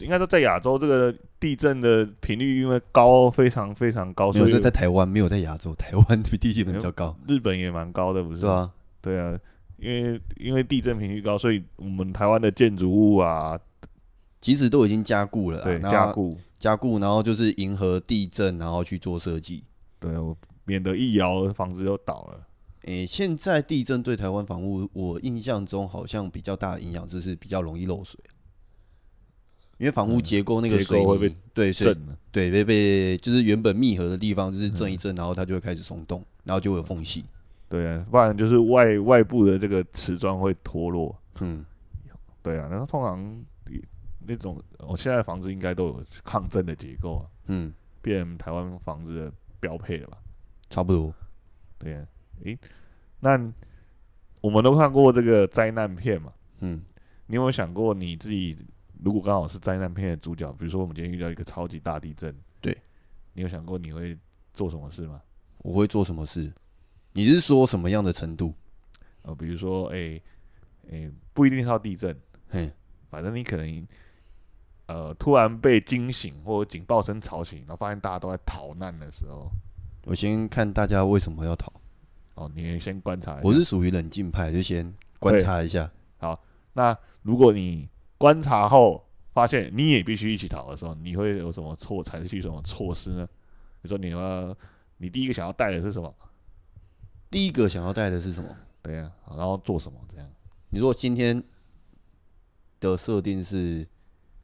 [SPEAKER 2] 应该说在亚洲这个地震的频率因为高，非常非常高，
[SPEAKER 1] 没
[SPEAKER 2] 所
[SPEAKER 1] 有
[SPEAKER 2] 以
[SPEAKER 1] 在在台湾，没有在亚洲，台湾比地基本比较高，
[SPEAKER 2] 日本也蛮高的，不是
[SPEAKER 1] 是？吧？
[SPEAKER 2] 对啊，因为因为地震频率高，所以我们台湾的建筑物啊，
[SPEAKER 1] 其实都已经加固了啦，
[SPEAKER 2] 对
[SPEAKER 1] 那
[SPEAKER 2] 加固，
[SPEAKER 1] 加固，然后就是迎合地震，然后去做设计。
[SPEAKER 2] 对我免得一摇房子就倒了。
[SPEAKER 1] 诶、现在地震对台湾房屋，我印象中好像比较大的影响就是比较容易漏水，因为房屋
[SPEAKER 2] 嗯
[SPEAKER 1] 结构那个
[SPEAKER 2] 结
[SPEAKER 1] 水
[SPEAKER 2] 构会
[SPEAKER 1] 泥
[SPEAKER 2] 被
[SPEAKER 1] 对水
[SPEAKER 2] 震了，
[SPEAKER 1] 对被被就是原本密合的地方，就是震一震，然后它就会开始松动，然后就会有缝隙。
[SPEAKER 2] 对啊，不然就是外外部的这个瓷砖会脱落。
[SPEAKER 1] 嗯，
[SPEAKER 2] 对啊，然后通常那种我、现在的房子应该都有抗震的结构啊，
[SPEAKER 1] 嗯，
[SPEAKER 2] 变台湾房子的标配了吧？
[SPEAKER 1] 差不多。
[SPEAKER 2] 对啊，诶，那我们都看过这个灾难片嘛？
[SPEAKER 1] 嗯，
[SPEAKER 2] 你有没有想过你自己如果刚好是灾难片的主角，比如说我们今天遇到一个超级大地震，
[SPEAKER 1] 对，
[SPEAKER 2] 你有想过你会做什么事吗？
[SPEAKER 1] 我会做什么事？你是说什么样的程度？
[SPEAKER 2] 呃，比如说，诶诶，不一定是要地震，
[SPEAKER 1] 嘿，
[SPEAKER 2] 反正你可能呃突然被惊醒或者警报声吵醒，然后发现大家都在逃难的时候，
[SPEAKER 1] 我先看大家为什么要逃。
[SPEAKER 2] 哦，你也先观察一下。
[SPEAKER 1] 我是属于冷静派，就先观察一下。
[SPEAKER 2] 那如果你观察后发现你也必须一起逃的时候，你会有什么措采取什么措施呢？比如说你要你第一个想要带的是什么？
[SPEAKER 1] 第一个想要带的是什么？
[SPEAKER 2] 对呀、好然后做什么？这样
[SPEAKER 1] 你说今天的设定是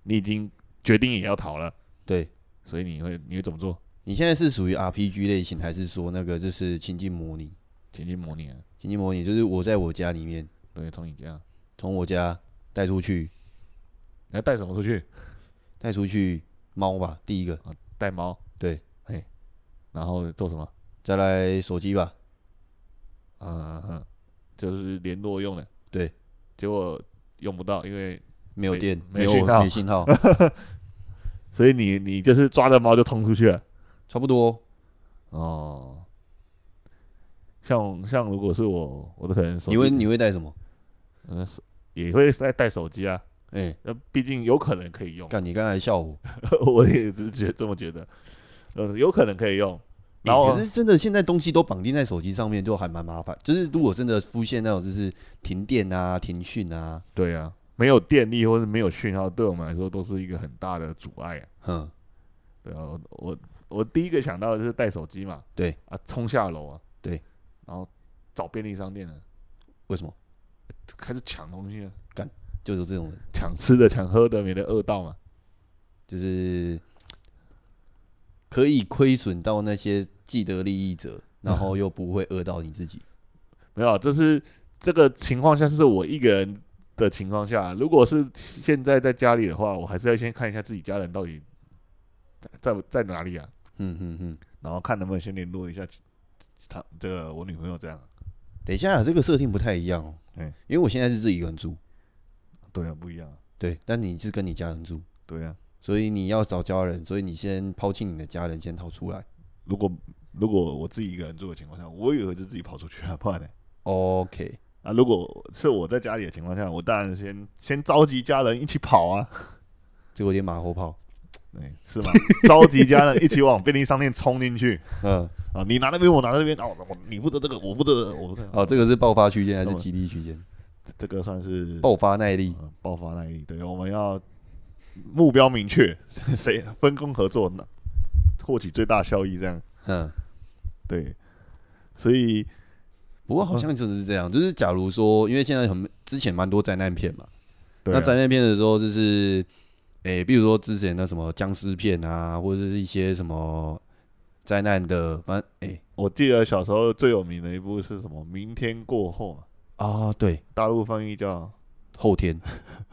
[SPEAKER 2] 你已经决定也要逃了，
[SPEAKER 1] 对，
[SPEAKER 2] 所以你会你会怎么做？
[SPEAKER 1] 你现在是属于 RPG 类型，还是说那个就是情境模拟？
[SPEAKER 2] 前进模拟啊，
[SPEAKER 1] 情境模拟就是我在我家里面，
[SPEAKER 2] 对，从你家，
[SPEAKER 1] 从我家带出去，
[SPEAKER 2] 你要带什么出去？
[SPEAKER 1] 带出去猫吧，第一个，
[SPEAKER 2] 带猫，
[SPEAKER 1] 对，
[SPEAKER 2] 然后做什么？
[SPEAKER 1] 再来手机吧，
[SPEAKER 2] 嗯、哼就是联络用的，
[SPEAKER 1] 对，
[SPEAKER 2] 结果用不到，因为
[SPEAKER 1] 没有
[SPEAKER 2] 没
[SPEAKER 1] 电，
[SPEAKER 2] 没
[SPEAKER 1] 有
[SPEAKER 2] 信号
[SPEAKER 1] 没信 号，
[SPEAKER 2] 所以你你就是抓着猫就冲出去了。
[SPEAKER 1] 差不多。
[SPEAKER 2] 哦，像像如果是我，我都可能手
[SPEAKER 1] 你会
[SPEAKER 2] 机
[SPEAKER 1] 你会带什么？
[SPEAKER 2] 嗯手也会带带手机啊，
[SPEAKER 1] 哎、
[SPEAKER 2] 那毕竟有可能可以用，
[SPEAKER 1] 干你刚才笑我，
[SPEAKER 2] 我也是觉这么觉得，呃，有可能可以用。然后
[SPEAKER 1] 欸、其实真的现在东西都绑定在手机上面，就还蛮麻烦。就是如果真的出现那种就是停电啊、停讯啊，
[SPEAKER 2] 对啊，没有电力或者没有讯号，对我们来说都是一个很大的阻碍啊。
[SPEAKER 1] 哼，
[SPEAKER 2] 对啊，我我我第一个想到的就是带手机嘛，
[SPEAKER 1] 对
[SPEAKER 2] 啊，冲下楼啊，
[SPEAKER 1] 对，
[SPEAKER 2] 然后找便利商店了，
[SPEAKER 1] 为什么
[SPEAKER 2] 开始抢东西了，
[SPEAKER 1] 就是这种人？
[SPEAKER 2] 抢吃的、抢喝的，免得饿到嘛。
[SPEAKER 1] 就是可以亏损到那些既得利益者，然后又不会饿到你自己。
[SPEAKER 2] 没有，啊这是这个情况下是我一个人的情况下。如果是现在在家里的话，我还是要先看一下自己家人到底在在在哪里啊，
[SPEAKER 1] 嗯嗯嗯，
[SPEAKER 2] 然后看能不能先联络一下其他这个我女朋友这样。啊
[SPEAKER 1] 等一下，这个设定不太一样哦。
[SPEAKER 2] 哎
[SPEAKER 1] 因为我现在是自己一个人住，
[SPEAKER 2] 对啊，不一样啊，
[SPEAKER 1] 对，但你是跟你家人住，
[SPEAKER 2] 对啊。
[SPEAKER 1] 所以你要找家人，所以你先抛弃你的家人，先逃出来。
[SPEAKER 2] 如果如果我自己一个人住的情况下，我以为是自己跑出去啊，不然呢？
[SPEAKER 1] OK，
[SPEAKER 2] 啊，如果是我在家里的情况下，我当然先先召集家人一起跑啊，
[SPEAKER 1] 这个有点马后炮。
[SPEAKER 2] 对，是吗？ 召集家人一起往便利商店冲进去，
[SPEAKER 1] 嗯，
[SPEAKER 2] 啊，你拿那边，我拿那边，哦，我你负责这个，我负责，我负责，
[SPEAKER 1] 哦，这个是爆发区间还是激励区间？
[SPEAKER 2] 这个算是
[SPEAKER 1] 爆发耐力。
[SPEAKER 2] 呃爆发耐力。对，我们要目标明确， 谁分工合作，那获取最大效益，这样
[SPEAKER 1] 嗯，
[SPEAKER 2] 对。所以
[SPEAKER 1] 不过好像真的是这样，就是假如说，因为现在很之前蛮多灾难片嘛，
[SPEAKER 2] 对啊
[SPEAKER 1] 那灾难片的时候就是，诶、比如说之前那什么僵尸片啊，或者是一些什么灾难的，反正诶、
[SPEAKER 2] 我记得小时候最有名的一部是什么？明天过后啊，
[SPEAKER 1] 啊，对，
[SPEAKER 2] 大陆翻译叫
[SPEAKER 1] 后 天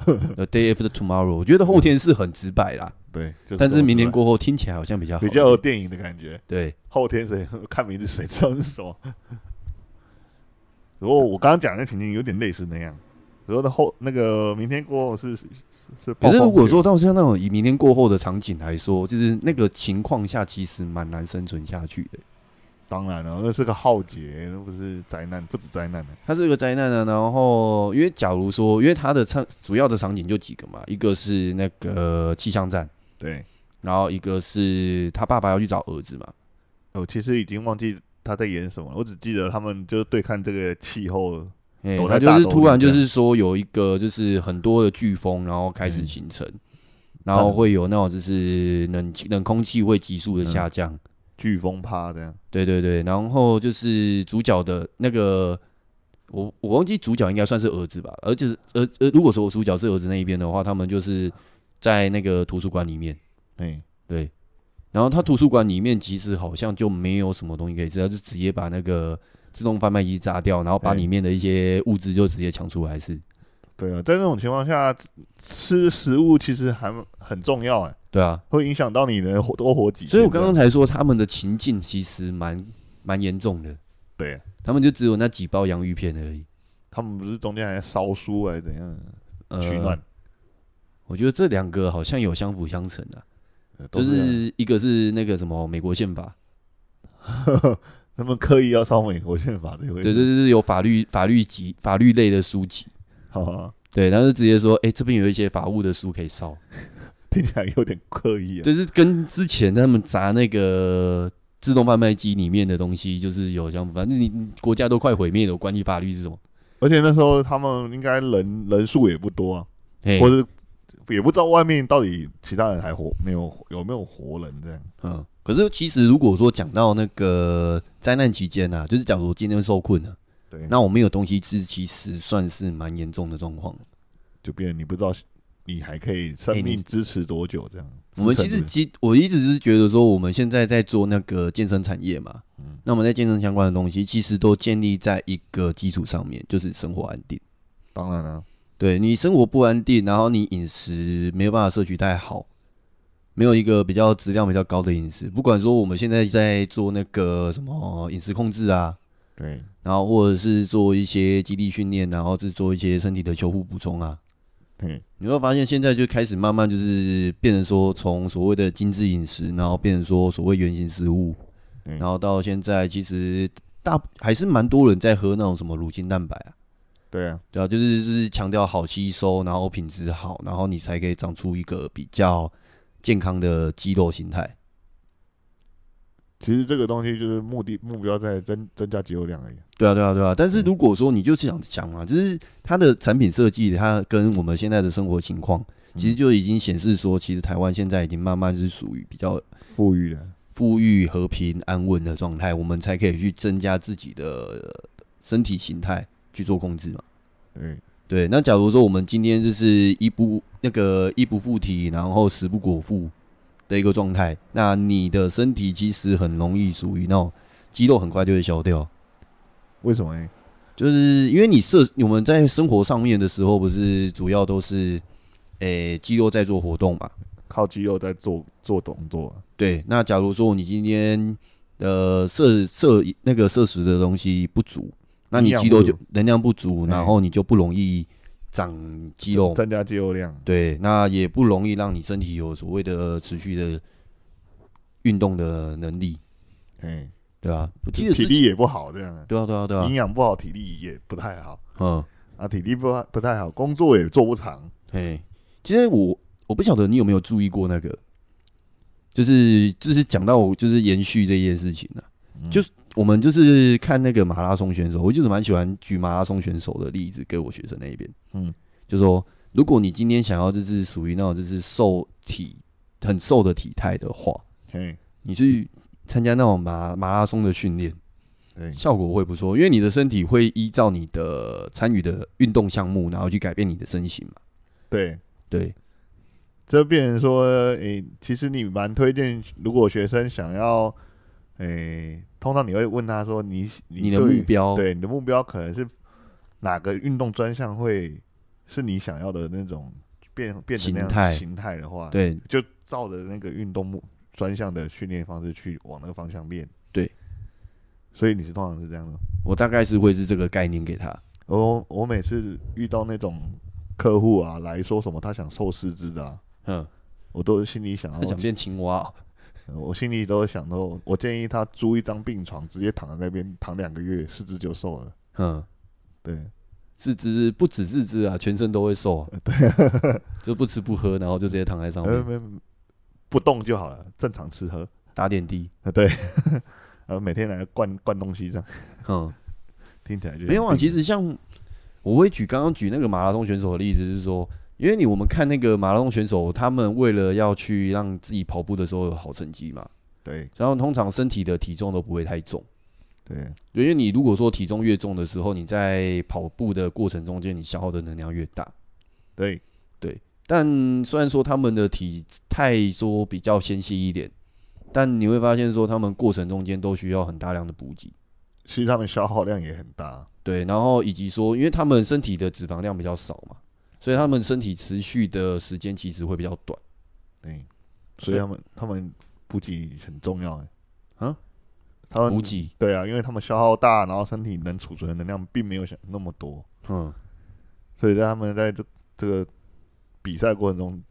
[SPEAKER 1] ，The day after tomorrow，我觉得后天是很直白啦，
[SPEAKER 2] 对，就
[SPEAKER 1] 但
[SPEAKER 2] 这
[SPEAKER 1] 是
[SPEAKER 2] 么
[SPEAKER 1] 明天
[SPEAKER 2] 出
[SPEAKER 1] 过后听起来好像嗯比较
[SPEAKER 2] 来
[SPEAKER 1] 好
[SPEAKER 2] 比较有电影的感觉。
[SPEAKER 1] 对，
[SPEAKER 2] 后天谁 看名字谁知道是什么？ 如果我刚刚讲的情景有点类似那样，然后的后那个明天过后是是是，
[SPEAKER 1] 可是如果说到像那种以明天过后的场景来说，就是那个情况下其实蛮难生存下去的。
[SPEAKER 2] 当然了，那是个浩劫，那不是灾难，不止灾难的。
[SPEAKER 1] 它是一个灾难呢，然后因为假如说，因为它的场主要的场景就几个嘛，一个是那个气象站，
[SPEAKER 2] 对，
[SPEAKER 1] 然后一个是他爸爸要去找儿子嘛，
[SPEAKER 2] 我其实已经忘记他在演什么了，我只记得他们就对看这个气候，
[SPEAKER 1] 哎
[SPEAKER 2] 躲
[SPEAKER 1] 他
[SPEAKER 2] 在
[SPEAKER 1] 就
[SPEAKER 2] 大
[SPEAKER 1] 是
[SPEAKER 2] 楼
[SPEAKER 1] 突
[SPEAKER 2] 里
[SPEAKER 1] 然就
[SPEAKER 2] 面
[SPEAKER 1] 是说有一个就是很多的飓风，然后开始
[SPEAKER 2] 嗯
[SPEAKER 1] 形成，然后会有那种就是冷气冷空气会急速的下降，
[SPEAKER 2] 飓风趴这样。
[SPEAKER 1] 对对对，然后就是主角的那个，我我忘记主角应该算是儿子吧，而且是儿呃，如果说主角是儿子那一边的话，他们就是在那个图书馆里面，
[SPEAKER 2] 哎，
[SPEAKER 1] 对，然后他图书馆里面其实好像就没有什么东西可以吃，他就直接把那个自动贩卖机炸掉，然后把
[SPEAKER 2] 哎
[SPEAKER 1] 里面的一些物资就直接抢出来是，
[SPEAKER 2] 对啊，在那种情况下，吃食物其实还很重要，哎，
[SPEAKER 1] 对啊，
[SPEAKER 2] 会影响到你能活多活几天。
[SPEAKER 1] 所以我刚刚才说他们的情境其实蛮蛮严重的，
[SPEAKER 2] 对啊
[SPEAKER 1] 他们就只有那几包洋芋片而已。
[SPEAKER 2] 他们不是中间还烧书还是怎样
[SPEAKER 1] 呃，
[SPEAKER 2] 取暖，
[SPEAKER 1] 我觉得这两个好像有相辅相成啊，
[SPEAKER 2] 呃都
[SPEAKER 1] 就是是一个是那个什么美国宪法，
[SPEAKER 2] 他们刻意要烧美国宪法这回
[SPEAKER 1] 对，
[SPEAKER 2] 事，
[SPEAKER 1] 这就是有法律法律集法律类的书籍，
[SPEAKER 2] 好啊，
[SPEAKER 1] 对，然后就直接说，哎、这边有一些法务的书可以烧，
[SPEAKER 2] 听起来有点刻意啊。
[SPEAKER 1] 就是跟之前他们砸那个自动贩卖机里面的东西就是有相符，反正你你国家都快毁灭了，我管你法律是什么，
[SPEAKER 2] 而且那时候他们应该人人数也不多啊，
[SPEAKER 1] 嘿
[SPEAKER 2] 或，者也不知道外面到底其他人还活没有有没有活人这样。
[SPEAKER 1] 嗯，可是其实如果说讲到那个灾难期间啊，就是假如今天受困了，
[SPEAKER 2] 对，
[SPEAKER 1] 那我没有东西吃，其实算是蛮严重的状况。
[SPEAKER 2] 就变成你不知道你还可以生
[SPEAKER 1] 哎你
[SPEAKER 2] 命支持多久这样。
[SPEAKER 1] 我们
[SPEAKER 2] 支
[SPEAKER 1] 其实
[SPEAKER 2] 撑多久
[SPEAKER 1] 其我一直是觉得说，我们现在在做那个健身产业嘛，
[SPEAKER 2] 嗯
[SPEAKER 1] 那我们在健身相关的东西，其实都建立在一个基础上面，就是生活安定。
[SPEAKER 2] 当然
[SPEAKER 1] 啊
[SPEAKER 2] 了，
[SPEAKER 1] 对你生活不安定，然后你饮食没有办法摄取太好，没有一个比较质量比较高的饮食，不管说我们现在在做那个什么饮食控制啊，
[SPEAKER 2] 对，
[SPEAKER 1] 然后或者是做一些肌力训练，然后是做一些身体的修复补充啊，
[SPEAKER 2] 对，
[SPEAKER 1] 你会发现现在就开始慢慢就是变成说，从所谓的精致饮食，然后变成说所谓原型食物，
[SPEAKER 2] 嗯
[SPEAKER 1] 然后到现在其实大还是蛮多人在喝那种什么乳清蛋白啊，
[SPEAKER 2] 对啊，
[SPEAKER 1] 对啊，就是就是强调好吸收，然后品质好，然后你才可以长出一个比较健康的肌肉形态。
[SPEAKER 2] 其实这个东西就是目的目标在增增加肌肉量而已。
[SPEAKER 1] 对啊，对啊，对啊。但是如果说你就是想想啊，就是它的产品设计，它跟我们现在的生活情况，其实就已经显示说，其实台湾现在已经慢慢是属于比较
[SPEAKER 2] 富裕啊的，
[SPEAKER 1] 富裕、和平、安稳的状态，我们才可以去增加自己的呃身体形态去做控制嘛。
[SPEAKER 2] 对，
[SPEAKER 1] 对，那假如说我们今天就是一不那个一不附体，然后食不果腹的一个状态，那你的身体其实很容易属于那种肌肉很快就会消掉，
[SPEAKER 2] 为什么呢？
[SPEAKER 1] 就是因为你摄我们在生活上面的时候，不是主要都是诶、肌肉在做活动嘛？
[SPEAKER 2] 靠肌肉在做做动作啊，
[SPEAKER 1] 对，那假如说你今天呃摄摄那个摄食的东西不足，那你
[SPEAKER 2] 营养
[SPEAKER 1] 肌肉
[SPEAKER 2] 不足
[SPEAKER 1] 就能量不足，
[SPEAKER 2] 哎
[SPEAKER 1] 然后你就不容易长肌肉嘛
[SPEAKER 2] 增加肌肉量。
[SPEAKER 1] 对，那也不容易让你身体有所谓的呃持续的运动的能力，
[SPEAKER 2] 哎，
[SPEAKER 1] 对啊，我记得
[SPEAKER 2] 体
[SPEAKER 1] 之前
[SPEAKER 2] 力也不好，这样啊
[SPEAKER 1] 对啊，对啊，对啊
[SPEAKER 2] 营，养不好，体力也不太好
[SPEAKER 1] 嗯，
[SPEAKER 2] 啊，体力不不太好，工作也做不长。
[SPEAKER 1] 嘿，其实我我不晓得你有没有注意过那个，就是就是讲到我就是延续这件事情呢、
[SPEAKER 2] 嗯
[SPEAKER 1] 就是我们就是看那个马拉松选手，我就是蛮喜欢举马拉松选手的例子给我学生那一边，
[SPEAKER 2] 嗯，
[SPEAKER 1] 就说如果你今天想要就是属于那种就是瘦体很瘦的体态的话，
[SPEAKER 2] 嘿，
[SPEAKER 1] 你去参加那种马马拉松的训练，
[SPEAKER 2] 对，
[SPEAKER 1] 效果会不错，因为你的身体会依照你的参与的运动项目，然后去改变你的身形嘛。
[SPEAKER 2] 对，
[SPEAKER 1] 对，
[SPEAKER 2] 这变成说，诶、其实你蛮推荐，如果学生想要，诶、通常你会问他说你，你
[SPEAKER 1] 你的
[SPEAKER 2] 对于
[SPEAKER 1] 目标
[SPEAKER 2] 对你的目标可能是哪个运动专项会是你想要的那种变变成那样
[SPEAKER 1] 形态
[SPEAKER 2] 形态的话，，
[SPEAKER 1] 对
[SPEAKER 2] 就照着那个运动目专项的训练方式去往那个方向练。
[SPEAKER 1] 对，
[SPEAKER 2] 所以你是通常是这样的。
[SPEAKER 1] 我大概是会是这个概念给他。
[SPEAKER 2] 我我每次遇到那种客户啊来说什么他想瘦四肢的、啊，
[SPEAKER 1] 嗯，
[SPEAKER 2] 我都心里想要
[SPEAKER 1] 他想变青蛙哦、
[SPEAKER 2] 呃我心里都想说，我建议他租一张病床，直接躺在那边躺两个月，四肢就瘦了。
[SPEAKER 1] 嗯，
[SPEAKER 2] 对，
[SPEAKER 1] 四肢不止四肢啊，全身都会瘦、啊。 对、就不吃不喝，然后就直接躺在上
[SPEAKER 2] 呃，
[SPEAKER 1] 面
[SPEAKER 2] 没没不动就好了，正常吃喝。
[SPEAKER 1] 打点滴。
[SPEAKER 2] 呃，对， 呃，每天来灌灌东西这样，
[SPEAKER 1] 嗯，
[SPEAKER 2] 听起来就
[SPEAKER 1] 没有啊。
[SPEAKER 2] 很
[SPEAKER 1] 其实像我会举刚刚举那个马拉松选手的例子，是说，因为你我们看那个马拉松选手，他们为了要去让自己跑步的时候有好成绩嘛，
[SPEAKER 2] 对
[SPEAKER 1] 然后通常身体的体重都不会太重，
[SPEAKER 2] 对
[SPEAKER 1] 因为你如果说体重越重的时候，你在跑步的过程中间，你消耗的能量越大。
[SPEAKER 2] 对，
[SPEAKER 1] 但虽然说他们的体态说比较纤细一点，但你会发现说他们过程中间都需要很大量的补给，
[SPEAKER 2] 其实他们消耗量也很大。
[SPEAKER 1] 对，然后以及说，因为他们身体的脂肪量比较少嘛，所以他们身体持续的时间其实会比较短。
[SPEAKER 2] 对，所以他们他们补给很重要、欸。
[SPEAKER 1] 啊，
[SPEAKER 2] 他们
[SPEAKER 1] 补给，
[SPEAKER 2] 对啊，因为他们消耗大，然后身体能储存的能量并没有想那么多，
[SPEAKER 1] 嗯，
[SPEAKER 2] 所以在他们在这这个比赛过程中，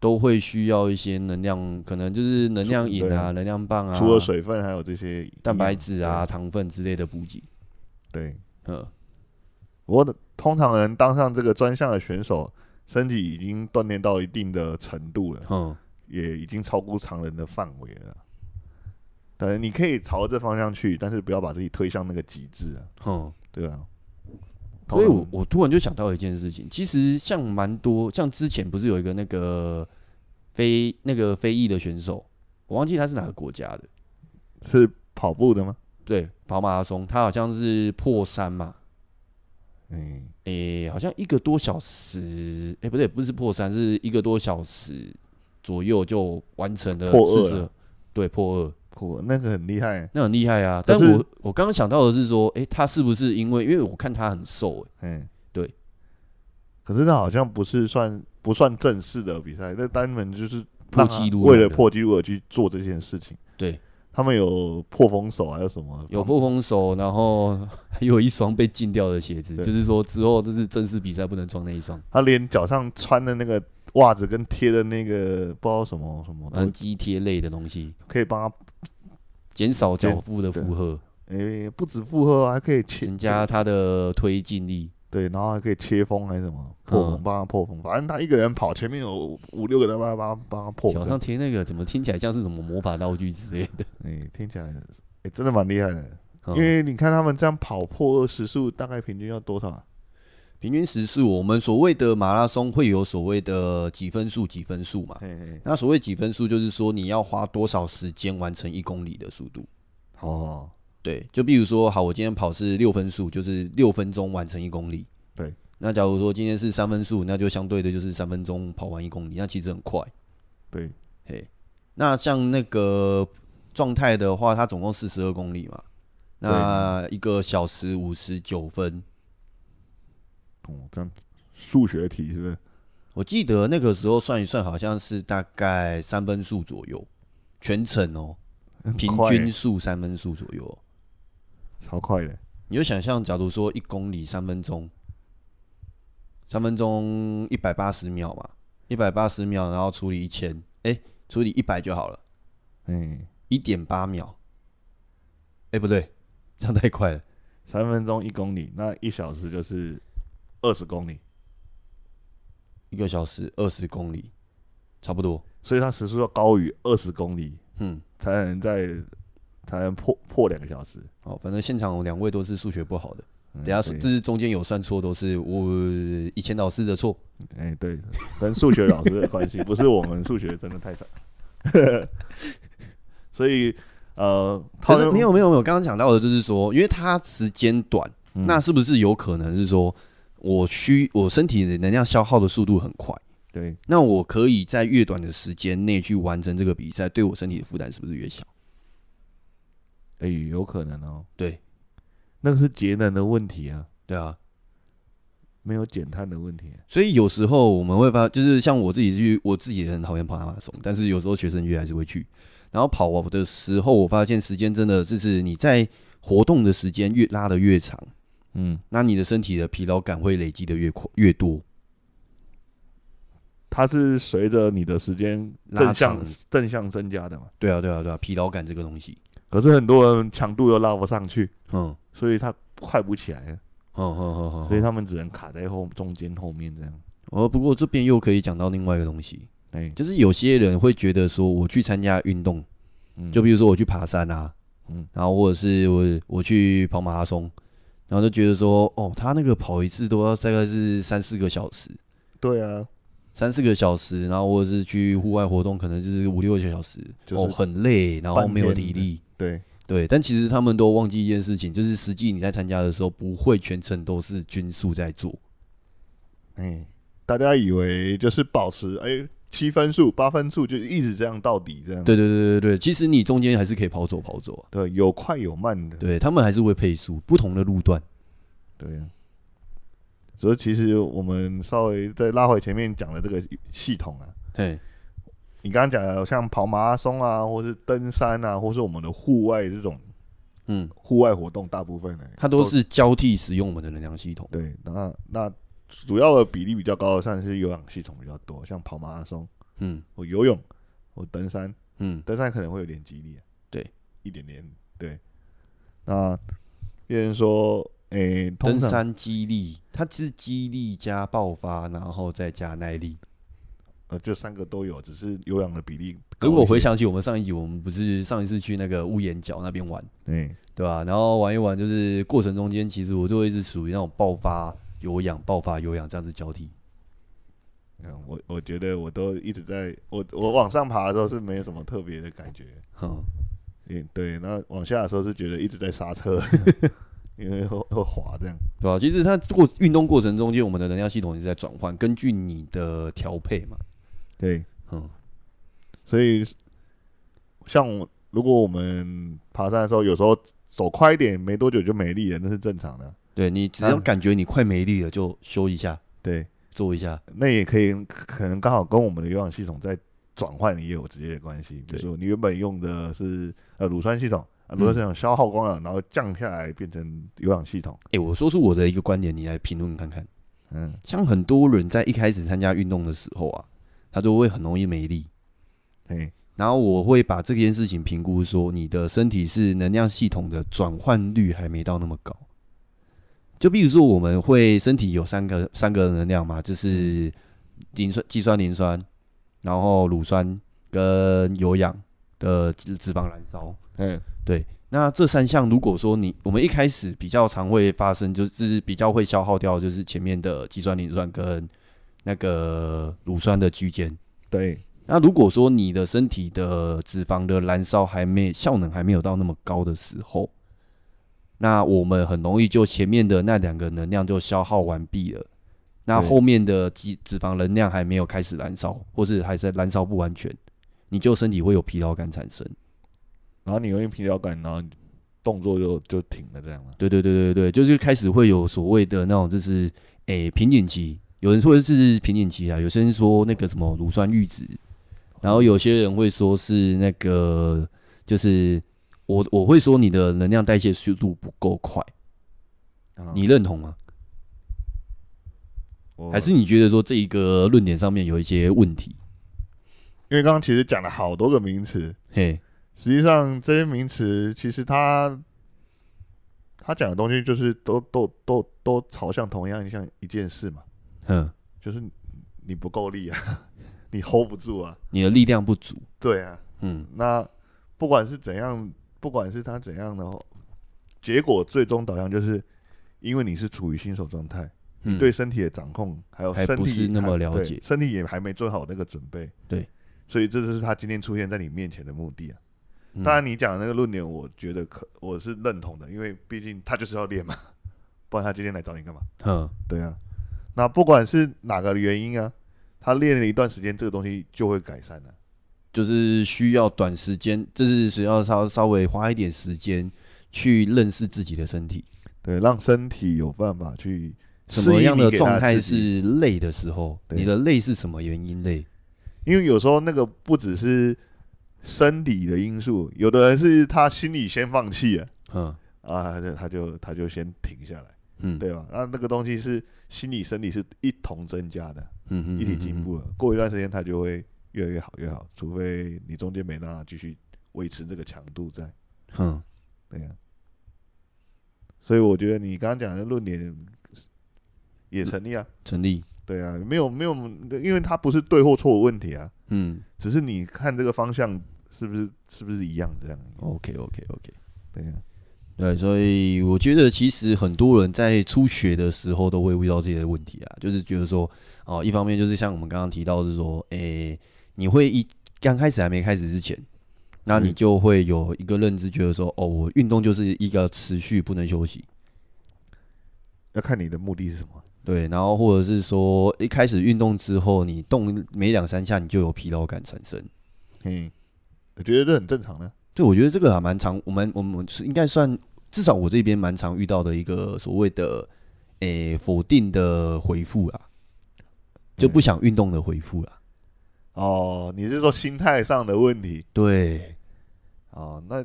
[SPEAKER 1] 都会需要一些能量，可能就是能量饮啊、能量棒啊、
[SPEAKER 2] 除了水嗯分，还有这些营养
[SPEAKER 1] 蛋白质啊、，糖分之类的补给。
[SPEAKER 2] 对，
[SPEAKER 1] 嗯，
[SPEAKER 2] 我的通常人当上这个专项的选手，身体已经锻炼到一定的程度了，
[SPEAKER 1] 嗯，
[SPEAKER 2] 也已经超过常人的范围了。当然，你可以朝这方向去，但是不要把自己推向那个极致啊，
[SPEAKER 1] 哼，
[SPEAKER 2] 对啊。
[SPEAKER 1] 所以
[SPEAKER 2] 通
[SPEAKER 1] 我
[SPEAKER 2] 常
[SPEAKER 1] 我突然就想到一件事情，其实像蛮多，像之前不是有一个那个非那个非裔的选手，我忘记他是哪个国家的，
[SPEAKER 2] 是跑步的吗？
[SPEAKER 1] 对，跑马拉松，他好像是破三嘛，
[SPEAKER 2] 嗯，
[SPEAKER 1] 诶、好像一个多小时，诶、不对，不是破三，是一个多小时左右就完成了
[SPEAKER 2] 破二
[SPEAKER 1] 四
[SPEAKER 2] 啊
[SPEAKER 1] 十，对，破二，
[SPEAKER 2] 我那个很厉害，
[SPEAKER 1] 那很厉害啊。
[SPEAKER 2] 可
[SPEAKER 1] 但
[SPEAKER 2] 是
[SPEAKER 1] 我我刚刚想到的是说，诶、他是不是因为因为我看他很瘦、诶，
[SPEAKER 2] 嗯，
[SPEAKER 1] 对。
[SPEAKER 2] 可是那好像不是算不算正式的比赛，那单门就是
[SPEAKER 1] 破
[SPEAKER 2] 让他
[SPEAKER 1] 纪录
[SPEAKER 2] 为
[SPEAKER 1] 来
[SPEAKER 2] 了
[SPEAKER 1] 的
[SPEAKER 2] 破纪录而去做这件事情。
[SPEAKER 1] 对，
[SPEAKER 2] 他们有破风手啊还有什么？
[SPEAKER 1] 有破风手，然后还有一双被禁掉的鞋子，
[SPEAKER 2] 对
[SPEAKER 1] 就是说之后就是正式比赛不能穿那一双，
[SPEAKER 2] 他连脚上穿的那个袜子跟贴的那个不知道什么什么，
[SPEAKER 1] 嗯，肌贴类的东西，
[SPEAKER 2] 可以帮他，
[SPEAKER 1] 减少脚
[SPEAKER 2] 减
[SPEAKER 1] 腹的
[SPEAKER 2] 对
[SPEAKER 1] 负荷，
[SPEAKER 2] 诶、不止负荷，啊还可以切
[SPEAKER 1] 增加他的推进力。
[SPEAKER 2] 对，然后还可以切风还是什么破风，
[SPEAKER 1] 嗯
[SPEAKER 2] 帮他破风。反正他一个人跑，前面有五五六个人帮他帮他帮他破。
[SPEAKER 1] 脚上贴那个怎么听起来像是什么魔法道具之类的？
[SPEAKER 2] 哎、诶听起来诶真的蛮厉害的，
[SPEAKER 1] 嗯
[SPEAKER 2] 因为你看他们这样跑破二时速，大概平均要多少啊？
[SPEAKER 1] 平均时速，我们所谓的马拉松会有所谓的几分数几分数嘛？
[SPEAKER 2] 嘿嘿，
[SPEAKER 1] 那所谓几分数，就是说你要花多少时间完成一公里的速度。
[SPEAKER 2] 哦，
[SPEAKER 1] 对，就比如说，好，我今天跑是六分数，就是六分钟完成一公里。
[SPEAKER 2] 对，
[SPEAKER 1] 那假如说今天是三分数，那就相对的就是三分钟跑完一公里，那其实很快。
[SPEAKER 2] 对，
[SPEAKER 1] 那像那个状态的话，它总共四十二公里嘛，那一个小时五十九分。
[SPEAKER 2] 哦，这样数学题是不是？
[SPEAKER 1] 我记得那个时候算一算，好像是大概三分数左右，全程哦，
[SPEAKER 2] 很
[SPEAKER 1] 平
[SPEAKER 2] 快
[SPEAKER 1] 均
[SPEAKER 2] 欸
[SPEAKER 1] 数三分数左右哦。
[SPEAKER 2] 超快的，
[SPEAKER 1] 你就想象，假如说一公里三分钟，三分钟一百八十秒嘛，一百八十秒，然后除以一千，哎，除以一百就好了，
[SPEAKER 2] 哎、
[SPEAKER 1] 一点八秒。哎，不对，这样太快了。
[SPEAKER 2] 三分钟一公里，那一小时就是二十公里，
[SPEAKER 1] 一个小时二十公里，差不多。
[SPEAKER 2] 所以它时速要高于二十公里，
[SPEAKER 1] 嗯，
[SPEAKER 2] 才能在才能破破两个小时。
[SPEAKER 1] 好，哦反正现场有两位都是数学不好的，
[SPEAKER 2] 嗯
[SPEAKER 1] 等下
[SPEAKER 2] 对
[SPEAKER 1] 这是中间有算错，都是我以前老师的错。
[SPEAKER 2] 哎、对，跟数学老师的关系，不是我们数学真的太差， 所以呃，他
[SPEAKER 1] 可是没有没有没有，刚刚讲到的就是说，因为它时间短，那是不是有可能是说我需我身体的能量消耗的速度很快，
[SPEAKER 2] 对
[SPEAKER 1] 那我可以在越短的时间内去完成这个比赛，对我身体的负担是不是越小？
[SPEAKER 2] 哎、有可能哦，
[SPEAKER 1] 对
[SPEAKER 2] 那个是节能的问题啊，
[SPEAKER 1] 对啊，
[SPEAKER 2] 没有减碳的问题、啊
[SPEAKER 1] 所以有时候我们会发，就是像我自己去，我自己也很讨厌跑马拉松，但是有时候学生约还是会去。然后跑我的时候，我发现时间真的就是你在活动的时间越拉的越长，
[SPEAKER 2] 嗯，
[SPEAKER 1] 那你的身体的疲劳感会累积的越快越多。
[SPEAKER 2] 它是随着你的时间
[SPEAKER 1] 拉
[SPEAKER 2] 正
[SPEAKER 1] 长
[SPEAKER 2] 向正向增加的嘛，
[SPEAKER 1] 对啊，对啊，对啊，疲劳感这个东西，
[SPEAKER 2] 可是很多人强度又拉不上去，
[SPEAKER 1] 嗯，
[SPEAKER 2] 所以他快不起来，啊
[SPEAKER 1] 好好好好。
[SPEAKER 2] 所以他们只能卡在后中间后面这样。
[SPEAKER 1] 哦，不过这边又可以讲到另外一个东西，
[SPEAKER 2] 哎、
[SPEAKER 1] 就是有些人会觉得说，我去参加运动，
[SPEAKER 2] 嗯
[SPEAKER 1] 就比如说我去爬山啊，
[SPEAKER 2] 嗯
[SPEAKER 1] 然后或者是我我去跑马拉松，然后就觉得说，哦，他那个跑一次都要大概是三四个小时，
[SPEAKER 2] 对啊，
[SPEAKER 1] 三四个小时，然后或者是去户外活动，可能就是五六个小时，
[SPEAKER 2] 就是
[SPEAKER 1] 哦，很累，然后没有体
[SPEAKER 2] 半天
[SPEAKER 1] 力。
[SPEAKER 2] 对，
[SPEAKER 1] 对，但其实他们都忘记一件事情，就是实际你在参加的时候，不会全程都是均速在做。
[SPEAKER 2] 哎、大家以为就是保持哎、七分数八分数就一直这样到底这样，
[SPEAKER 1] 对对对对对，其实你中间还是可以跑走跑走啊。
[SPEAKER 2] 对，有快有慢的，
[SPEAKER 1] 对他们还是会配速，不同的路段。
[SPEAKER 2] 对啊。所以其实我们稍微再拉回前面讲的这个系统啊，
[SPEAKER 1] 对，
[SPEAKER 2] 你刚刚讲的像跑马拉松啊，或是登山啊，或是我们的户外这种
[SPEAKER 1] 嗯，
[SPEAKER 2] 户外活动大部分呢、
[SPEAKER 1] 它都是交替使用我们的能量系统。
[SPEAKER 2] 对，那那主要的比例比较高的算是有氧系统比较多，像跑马拉松、
[SPEAKER 1] 嗯
[SPEAKER 2] 我游泳、我登山，
[SPEAKER 1] 嗯，
[SPEAKER 2] 登山可能会有点激烈，
[SPEAKER 1] 对，
[SPEAKER 2] 一点点，对。那变成说，诶、通
[SPEAKER 1] 登
[SPEAKER 2] 常
[SPEAKER 1] 山激励，它其实激励加爆发，然后再加耐力。
[SPEAKER 2] 呃就三个都有，只是有氧的比例高一些。
[SPEAKER 1] 如果回想起我们上一集，我们不是上一次去那个屋檐角那边玩，
[SPEAKER 2] 对
[SPEAKER 1] 对吧、然后玩一玩，就是过程中间，其实我就一直属于那种爆发有氧、爆发有氧这样子交替。
[SPEAKER 2] 嗯，我我觉得我都一直在我我往上爬的时候是没有什么特别的感觉，
[SPEAKER 1] 嗯，
[SPEAKER 2] 嗯，对，那往下的时候是觉得一直在刹车， 因为会会滑这样。
[SPEAKER 1] 对吧、其实它过运动过程中间，我们的能量系统也是在转换，根据你的调配嘛。
[SPEAKER 2] 对，
[SPEAKER 1] 嗯
[SPEAKER 2] 所以像我如果我们爬山的时候，有时候走快一点，没多久就没力了，那是正常的。
[SPEAKER 1] 对你只要
[SPEAKER 2] 那
[SPEAKER 1] 感觉你快没力了，就休一下，
[SPEAKER 2] 对，
[SPEAKER 1] 坐一下。
[SPEAKER 2] 那也可以可能刚好跟我们的有氧系统在转换也有直接的关系。比如
[SPEAKER 1] 对嗯
[SPEAKER 2] 说你原本用的是呃乳酸系统，啊乳酸系统消耗光了，然后降下来变成有氧系统。
[SPEAKER 1] 哎、我说出我的一个观点，你来评论看看。
[SPEAKER 2] 嗯，
[SPEAKER 1] 像很多人在一开始参加运动的时候啊，他就会很容易没力。
[SPEAKER 2] 嘿，
[SPEAKER 1] 然后我会把这件事情评估说，你的身体是能量系统的转换率还没到那么高。就比如说，我们会身体有三个三个能量嘛，就是磷酸、肌酸、磷酸，然后乳酸跟有氧的脂脂肪燃烧。
[SPEAKER 2] 嗯，
[SPEAKER 1] 那这三项，如果说你我们一开始比较常会发生，就是比较会消耗掉，就是前面的肌酸、磷酸跟那个乳酸的居间。
[SPEAKER 2] 对，
[SPEAKER 1] 那如果说你的身体的脂肪的燃烧还没效能还没有到那么高的时候，那我们很容易就前面的那两个能量就消耗完毕了，那
[SPEAKER 2] 对
[SPEAKER 1] 后面的脂脂肪能量还没有开始燃烧，或是还在燃烧不完全，你就身体会有疲劳感产生。
[SPEAKER 2] 然后你容易疲劳感，然后你动作就就停了这样了。
[SPEAKER 1] 对对对对对，就是开始会有所谓的那种就是诶、瓶颈期，有人说是瓶颈期啊，有些人说那个什么乳酸阈值，然后有些人会说是那个就是我我会说你的能量代谢速度不够快，
[SPEAKER 2] 啊
[SPEAKER 1] 你认同吗？
[SPEAKER 2] 我
[SPEAKER 1] 还是你觉得说这一个论点上面有一些问题？
[SPEAKER 2] 因为刚刚其实讲了好多个名词，
[SPEAKER 1] 嘿，
[SPEAKER 2] 实际上这些名词其实它它讲的东西就是都都都都朝向同样一项一件事嘛，
[SPEAKER 1] 哼，
[SPEAKER 2] 就是你不够力啊，你 hold 不住啊，
[SPEAKER 1] 你的力量不足，
[SPEAKER 2] 对啊，
[SPEAKER 1] 嗯，
[SPEAKER 2] 那不管是怎样，不管是它怎样的话，结果最终导向就是因为你是处于新手状态，
[SPEAKER 1] 嗯
[SPEAKER 2] 对，身体的掌控还有
[SPEAKER 1] 还
[SPEAKER 2] 身体
[SPEAKER 1] 不是那么了
[SPEAKER 2] 对
[SPEAKER 1] 解
[SPEAKER 2] 身体也还没做好那个准备，
[SPEAKER 1] 对，
[SPEAKER 2] 所以这就是他今天出现在你面前的目的啊。
[SPEAKER 1] 嗯
[SPEAKER 2] 当然，你讲的那个论点，我觉得可我是认同的，因为毕竟他就是要练嘛，不然他今天来找你干嘛？
[SPEAKER 1] 哼，
[SPEAKER 2] 对啊，那不管是哪个原因啊，他练了一段时间，这个东西就会改善啊的、
[SPEAKER 1] 就是需要短时间，就是需要稍稍微花一点时间去认识自己的身体，
[SPEAKER 2] 对，让身体有办法去
[SPEAKER 1] 什么样
[SPEAKER 2] 适
[SPEAKER 1] 的
[SPEAKER 2] 应你给他
[SPEAKER 1] 状态
[SPEAKER 2] 刺激？
[SPEAKER 1] 是累的时候，
[SPEAKER 2] 对
[SPEAKER 1] 你的累是什么原因累？
[SPEAKER 2] 因为有时候那个不只是生理的因素，有的人是他心里先放弃了
[SPEAKER 1] 嗯
[SPEAKER 2] 啊，他就他就他就先停下来，
[SPEAKER 1] 嗯，
[SPEAKER 2] 对吧？那那个东西是心理生理是一同增加的。
[SPEAKER 1] 嗯，嗯
[SPEAKER 2] 一起进。步了，过一段时间它就会越来越好越好，除非你中间没让它继续维持这个强度在，
[SPEAKER 1] 嗯，
[SPEAKER 2] 对呀、所以我觉得你刚刚讲的论点也成立啊，
[SPEAKER 1] 成立。
[SPEAKER 2] 对啊，没有没有，因为它不是对或错的问题啊，
[SPEAKER 1] 嗯
[SPEAKER 2] 只是你看这个方向是不是是不是一样这样，
[SPEAKER 1] ，OK OK OK。
[SPEAKER 2] 对呀、
[SPEAKER 1] 对，所以我觉得其实很多人在初学的时候都会遇到这些问题啊，就是觉得说，哦，一方面就是像我们刚刚提到是说，诶、你会一刚开始还没开始之前，那你
[SPEAKER 2] 嗯
[SPEAKER 1] 就会有一个认知，觉得说，哦，我运动就是一个持续不能休息，
[SPEAKER 2] 要看你的目的是什么，
[SPEAKER 1] 对，然后或者是说一开始运动之后，你动没两三下你就有疲劳感产生。
[SPEAKER 2] 嗯，我觉得这很正常的、
[SPEAKER 1] 对，我觉得这个还蛮常，我们我们是应该算至少我这边蛮常遇到的一个所谓的诶、否定的回复啦，就不想运动的回复啦。
[SPEAKER 2] 哦，你是说心态上的问题
[SPEAKER 1] 对，
[SPEAKER 2] 哦，那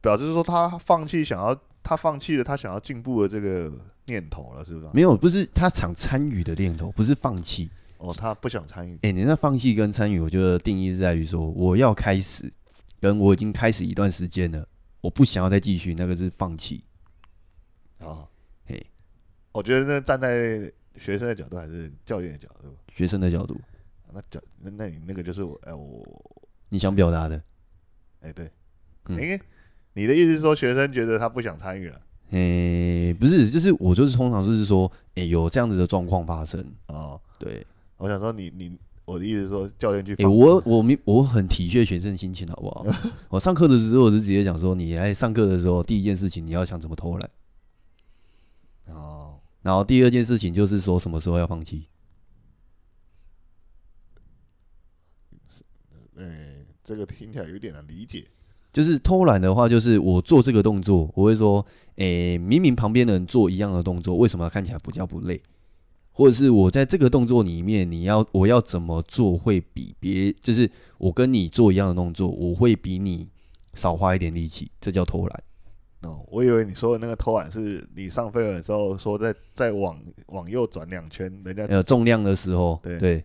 [SPEAKER 2] 表示说他放弃想要他放弃了他想要进步的这个念头了，是不是啊？
[SPEAKER 1] 没有，不是他想参与的念头，不是放弃。
[SPEAKER 2] 哦，他不想参与。
[SPEAKER 1] 哎、你那放弃跟参与，我觉得定义是在于说，我要开始，跟我已经开始一段时间了，我不想要再继续，那个是放弃。
[SPEAKER 2] 啊，
[SPEAKER 1] 嘿，
[SPEAKER 2] 哦我觉得那站在学生的角度还是教练的角度，
[SPEAKER 1] 学生的角度，
[SPEAKER 2] 那角那那你那个就是我哎、我
[SPEAKER 1] 你想表达的，
[SPEAKER 2] 哎、对，
[SPEAKER 1] 嗯
[SPEAKER 2] 哎、你的意思是说学生觉得他不想参与了
[SPEAKER 1] 诶、不是，就是我就是通常就是说，诶、有这样子的状况发生，
[SPEAKER 2] 哦？
[SPEAKER 1] 对，
[SPEAKER 2] 我想说你你我的意思是说教练去
[SPEAKER 1] 诶、
[SPEAKER 2] 放
[SPEAKER 1] 我我明我很体恤学生心情，好不好？ 我上课的时候我是直接讲说，你来上课的时候，第一件事情你要想怎么偷懒，
[SPEAKER 2] 哦，
[SPEAKER 1] 然后第二件事情就是说什么时候要放弃，
[SPEAKER 2] 哎、这个听起来有点难理解
[SPEAKER 1] 就是偷懒的话，就是我做这个动作，我会说，诶、明明旁边的人做一样的动作，为什么看起来不叫不累？或者是我在这个动作里面，你要我要怎么做会比别，就是我跟你做一样的动作，我会比你少花一点力气，这叫偷懒。
[SPEAKER 2] 哦。我以为你说的那个偷懒是你上飞的时候说再再往往右转两圈，人家
[SPEAKER 1] 呃，重量的时候，
[SPEAKER 2] 对
[SPEAKER 1] 对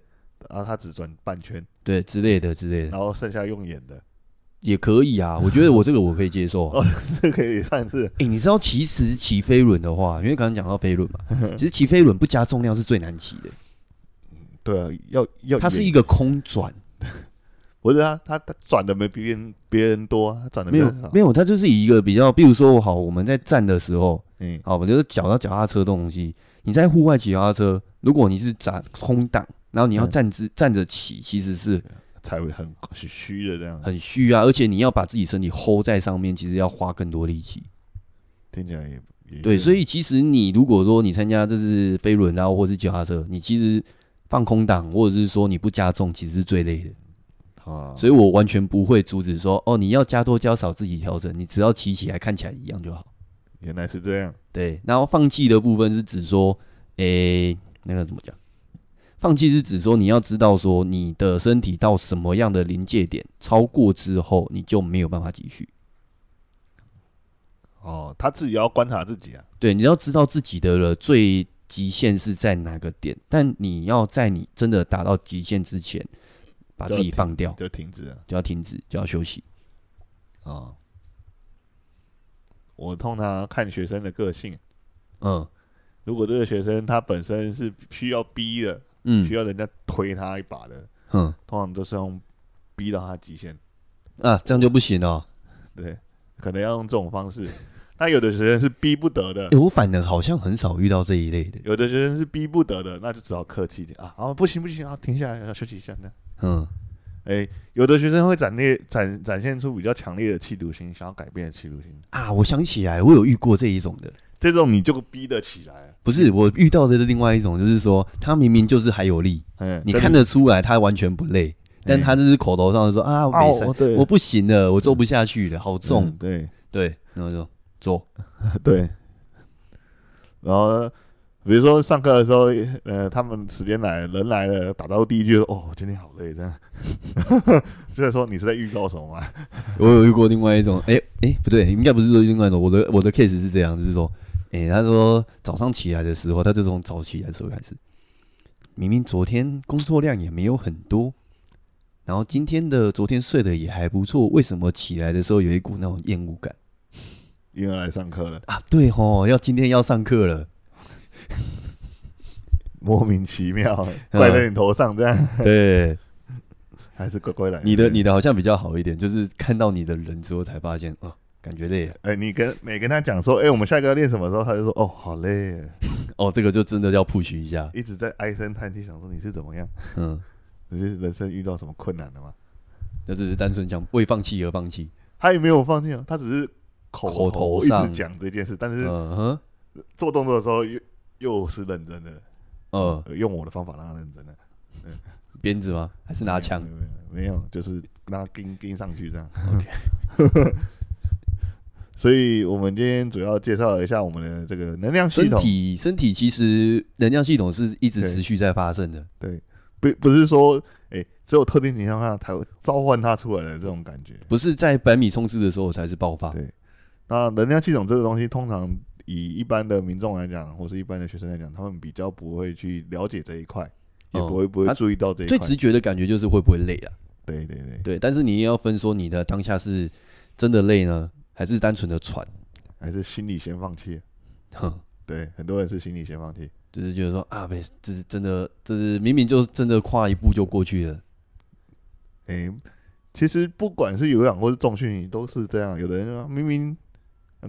[SPEAKER 2] 然后他只转半圈，
[SPEAKER 1] 对之类的之类的
[SPEAKER 2] 然后剩下用眼的，
[SPEAKER 1] 也可以啊，我觉得我这个我可以接受啊。
[SPEAKER 2] 这个也算是
[SPEAKER 1] 诶，你知道其实骑飞轮的话，因为刚刚讲到飞轮嘛，其实骑飞轮不加重量是最难骑的，
[SPEAKER 2] 对啊，要要
[SPEAKER 1] 它是
[SPEAKER 2] 眼
[SPEAKER 1] 一个空转。
[SPEAKER 2] 不是啊，他他转的没别人别人多啊，他转的
[SPEAKER 1] 没有没
[SPEAKER 2] 有，
[SPEAKER 1] 有，它就是以一个比较，比如说好，我们在站的时候，
[SPEAKER 2] 嗯，
[SPEAKER 1] 好，我就是脚到脚踏车这种东西，你在户外骑脚踏车，如果你是站空档，然后你要
[SPEAKER 2] 嗯
[SPEAKER 1] 站直、站着骑，其实是
[SPEAKER 2] 才会很很虚的这样，
[SPEAKER 1] 很虚啊，而且你要把自己身体 hold 在上面，其实要花更多力气。
[SPEAKER 2] 听起来也也
[SPEAKER 1] 对，
[SPEAKER 2] 是
[SPEAKER 1] 所以其实你如果说你参加这是飞轮啊，或是脚踏车，你其实放空档，或者是说你不加重，其实是最累的。
[SPEAKER 2] 啊，
[SPEAKER 1] 所以我完全不会阻止说，哦，你要加多加少自己调整，你只要骑起来看起来一样就好。
[SPEAKER 2] 原来是这样，
[SPEAKER 1] 对，然后放弃的部分是指说，诶、那个怎么讲？放弃是指说你要知道说你的身体到什么样的临界点，超过之后你就没有办法继续。
[SPEAKER 2] 哦，他自己要观察自己啊，
[SPEAKER 1] 对，你要知道自己的了最极限是在哪个点，但你要在你真的达到极限之前，把自己放掉，
[SPEAKER 2] 就停止了
[SPEAKER 1] 就要停止，就要休息。
[SPEAKER 2] 啊。我通常看学生的个性，
[SPEAKER 1] 嗯
[SPEAKER 2] 如果这个学生他本身是需要逼的，需
[SPEAKER 1] 嗯
[SPEAKER 2] 要人家推他一把的，
[SPEAKER 1] 哼
[SPEAKER 2] 通常都是用逼到他极限，
[SPEAKER 1] 啊，这样就不行哦。
[SPEAKER 2] 对，可能要用这种方式。 那有的学生是逼不得的
[SPEAKER 1] 诶，我反而好像很少遇到这一类的。
[SPEAKER 2] 有的学生是逼不得的，那就只好客气一点啊啊，不行不行啊，停下来要休息一下呢。
[SPEAKER 1] 嗯，
[SPEAKER 2] 哎，有的学生会展烈展展现出比较强烈的企图心，想要改变的企图心，
[SPEAKER 1] 啊，我想起来了，我有遇过这一种的。
[SPEAKER 2] 这种你就逼得起来。
[SPEAKER 1] 不是我遇到的是另外一种，就是说他明明就是还有力，
[SPEAKER 2] 嗯，
[SPEAKER 1] 你
[SPEAKER 2] 但哎
[SPEAKER 1] 看得出来他完全不累，但他就是口头上说啊，我
[SPEAKER 2] 啊，
[SPEAKER 1] 没事
[SPEAKER 2] 我，对
[SPEAKER 1] 我不行了，我做不下去了，好
[SPEAKER 2] 嗯
[SPEAKER 1] 重，
[SPEAKER 2] 对
[SPEAKER 1] 对，然后就做，
[SPEAKER 2] 对，然后比如说上课的时候，呃，他们时间来了人来了，打招呼第一句就哦，今天好累，这样。 所以说你是在预告什么吗？
[SPEAKER 1] 我有遇过另外一种，哎、哎、不对，应该不是说另外一种，我的我的 case 是这样，就是说，哎、他说早上起来的时候，他就从早起来的时候开始，明明昨天工作量也没有很多，然后今天的昨天睡得也还不错，为什么起来的时候有一股那种厌恶感
[SPEAKER 2] 因为来上课了，
[SPEAKER 1] 啊？对吼，要今天要上课了，
[SPEAKER 2] 莫名其妙，
[SPEAKER 1] 嗯
[SPEAKER 2] 怪在你头上这样，
[SPEAKER 1] 对，
[SPEAKER 2] 还是乖乖来。
[SPEAKER 1] 你的你的好像比较好一点，就是看到你的人之后才发现，哦、感觉累了，
[SPEAKER 2] 哎、你跟每跟他讲说，哎、我们下一个要练什么的时候，他就说，哦，好累耶，
[SPEAKER 1] 哦，这个就真的要 push 一下，
[SPEAKER 2] 一直在唉声叹气，想说你是怎么样，
[SPEAKER 1] 嗯，
[SPEAKER 2] 你是人生遇到什么困难了吗？
[SPEAKER 1] 就只是单纯想为放弃而放弃，
[SPEAKER 2] 他也没有放弃啊，他只是口
[SPEAKER 1] 口头
[SPEAKER 2] 头一
[SPEAKER 1] 上
[SPEAKER 2] 直讲这件事，但是
[SPEAKER 1] 嗯哼。
[SPEAKER 2] 做动作的时候又又是认真的，
[SPEAKER 1] 呃，
[SPEAKER 2] 呃用我的方法让他认真的，
[SPEAKER 1] 鞭子吗？还是拿枪
[SPEAKER 2] 没？有，没有没有，就是让他跟跟上去这样。
[SPEAKER 1] OK
[SPEAKER 2] 所以我们今天主要介绍了一下我们的这个能量嗯系
[SPEAKER 1] 身
[SPEAKER 2] 统，
[SPEAKER 1] 体身体其实能量系统是一直
[SPEAKER 2] 对
[SPEAKER 1] 持续在发生的，
[SPEAKER 2] 不不是说，哎、只有特定情况下才会召唤它出来的这种感觉。
[SPEAKER 1] 不是在百米冲刺的时候才是爆发。
[SPEAKER 2] 对，那能量系统这个东西，通常以一般的民众来讲，或是一般的学生来讲，他们比较不会去了解这一块，也
[SPEAKER 1] 嗯
[SPEAKER 2] 不会不会
[SPEAKER 1] 他
[SPEAKER 2] 注意到这一块。
[SPEAKER 1] 最直觉的感觉就是会不会累啊？
[SPEAKER 2] 对对对，
[SPEAKER 1] 对，但是你也要分说你的当下是真的累呢，还是单纯的喘？
[SPEAKER 2] 还是心里先放弃。
[SPEAKER 1] 哼，
[SPEAKER 2] 对，很多人是心里先放弃。
[SPEAKER 1] 就是觉得说啊，没事，这是真的，这是明明就是真的跨一步就过去了。
[SPEAKER 2] 诶、其实不管是有氧或是重训，都是这样。有的人啊明明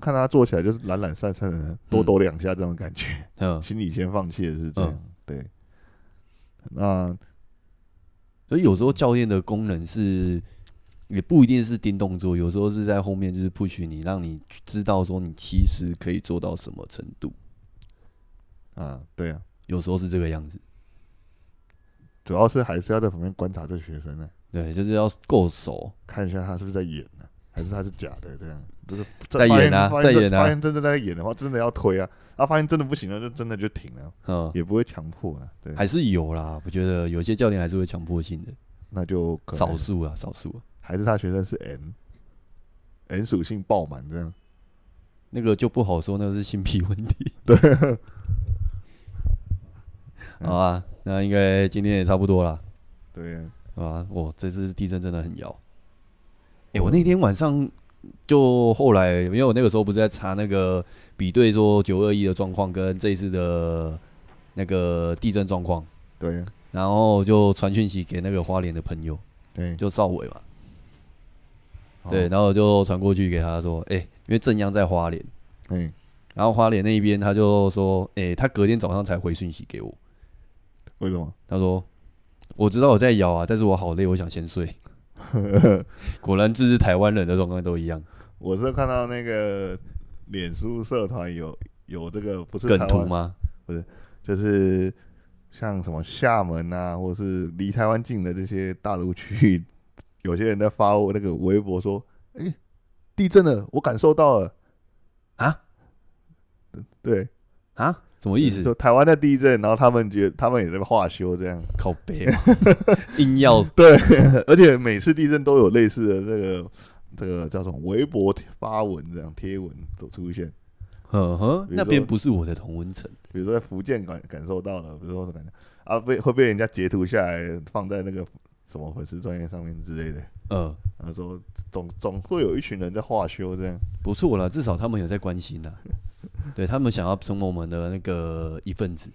[SPEAKER 2] 看他做起来就是懒懒散散的，多抖两下这种感觉，
[SPEAKER 1] 嗯，
[SPEAKER 2] 心里先放弃的是这样。对，那
[SPEAKER 1] 所以有时候教练的功能是也不一定是盯动作，有时候是在后面就是 push 你，让你知道说你其实可以做到什么程度，
[SPEAKER 2] 啊，对啊，
[SPEAKER 1] 有时候是这个样子。
[SPEAKER 2] 主要是还是要在旁边观察这学生啊呢、
[SPEAKER 1] 对，就是要够熟。
[SPEAKER 2] 看一下他是不是在演呢、还是他是假的这样。就是
[SPEAKER 1] 在
[SPEAKER 2] 发现
[SPEAKER 1] 演啊
[SPEAKER 2] 发
[SPEAKER 1] 在
[SPEAKER 2] 现
[SPEAKER 1] 演啊
[SPEAKER 2] 发现真的在演的话，真的要推啊。他、发现真的不行了，就真的就停了，
[SPEAKER 1] 嗯，
[SPEAKER 2] 也不会强迫了。对，
[SPEAKER 1] 还是有啦，我觉得有些教练还是会强迫性的，
[SPEAKER 2] 那就可能
[SPEAKER 1] 少数啊，少数啊、
[SPEAKER 2] 还是他学生是 N N 属性爆满这样。
[SPEAKER 1] 那个就不好说，那是性癖问题。
[SPEAKER 2] 对，
[SPEAKER 1] 好啊，那应该今天也差不多啦，
[SPEAKER 2] 对啊，
[SPEAKER 1] 好吧？我这次地震真的很摇。哎、我那天晚上就后来，因为我那个时候不是在查那个比对说九二一的状况跟这一次的那个地震状况，
[SPEAKER 2] 对啊，
[SPEAKER 1] 然后就传讯息给那个花莲的朋友，
[SPEAKER 2] 对，
[SPEAKER 1] 就赵伟嘛，
[SPEAKER 2] 哎好
[SPEAKER 1] 对，，然后我就传过去给他说，哎、因为正央在花莲，
[SPEAKER 2] 哎，
[SPEAKER 1] 然后花莲那边他就说，哎、他隔天早上才回讯息给我，
[SPEAKER 2] 为什么？
[SPEAKER 1] 他说我知道我在摇啊，但是我好累，我想先睡。 果然，这是台湾人的状况都一样，
[SPEAKER 2] 我是看到那个脸书社团有有这个不是
[SPEAKER 1] 梗
[SPEAKER 2] 台
[SPEAKER 1] 图
[SPEAKER 2] 湾，
[SPEAKER 1] 吗？
[SPEAKER 2] 就是像什么厦门啊，或是离台湾近的这些大陆区域，有些人在发那个微博说，哎、地震了，我感受到了
[SPEAKER 1] 啊。
[SPEAKER 2] 对，
[SPEAKER 1] 啊，什么意思？
[SPEAKER 2] 就台湾在地震，然后他们觉他们也在化修这样。
[SPEAKER 1] 靠背、啊， 硬要
[SPEAKER 2] 对， 而且每次地震都有类似的这个这个叫什么微博发文这样贴文都出现，
[SPEAKER 1] 呵呵，嗯
[SPEAKER 2] 比如说
[SPEAKER 1] 那边不是我的同温层，
[SPEAKER 2] 比如说在福建感感受到了，比如说什么感觉啊被会被人家截图下来放在那个什么粉丝专业上面之类的，
[SPEAKER 1] 呃，
[SPEAKER 2] 然后说总总会有一群人在化修这样，
[SPEAKER 1] 不错啦，至少他们有在关心 啦。对他们想要成为我们的那个一份子，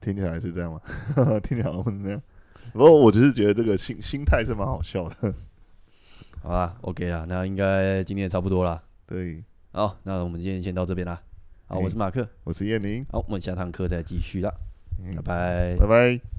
[SPEAKER 2] 听起来是这样吗？ 听起来好像是这样。不过我只是觉得这个心心态是蛮好笑的，
[SPEAKER 1] 好吧？OK 啦，那应该今天也差不多啦。
[SPEAKER 2] 对，
[SPEAKER 1] 好，那我们今天先到这边啦。好，
[SPEAKER 2] 哎
[SPEAKER 1] 我是马克，
[SPEAKER 2] 我是叶宁，
[SPEAKER 1] 好，我们下堂课再继续啦，
[SPEAKER 2] 嗯
[SPEAKER 1] 拜拜
[SPEAKER 2] 拜。拜。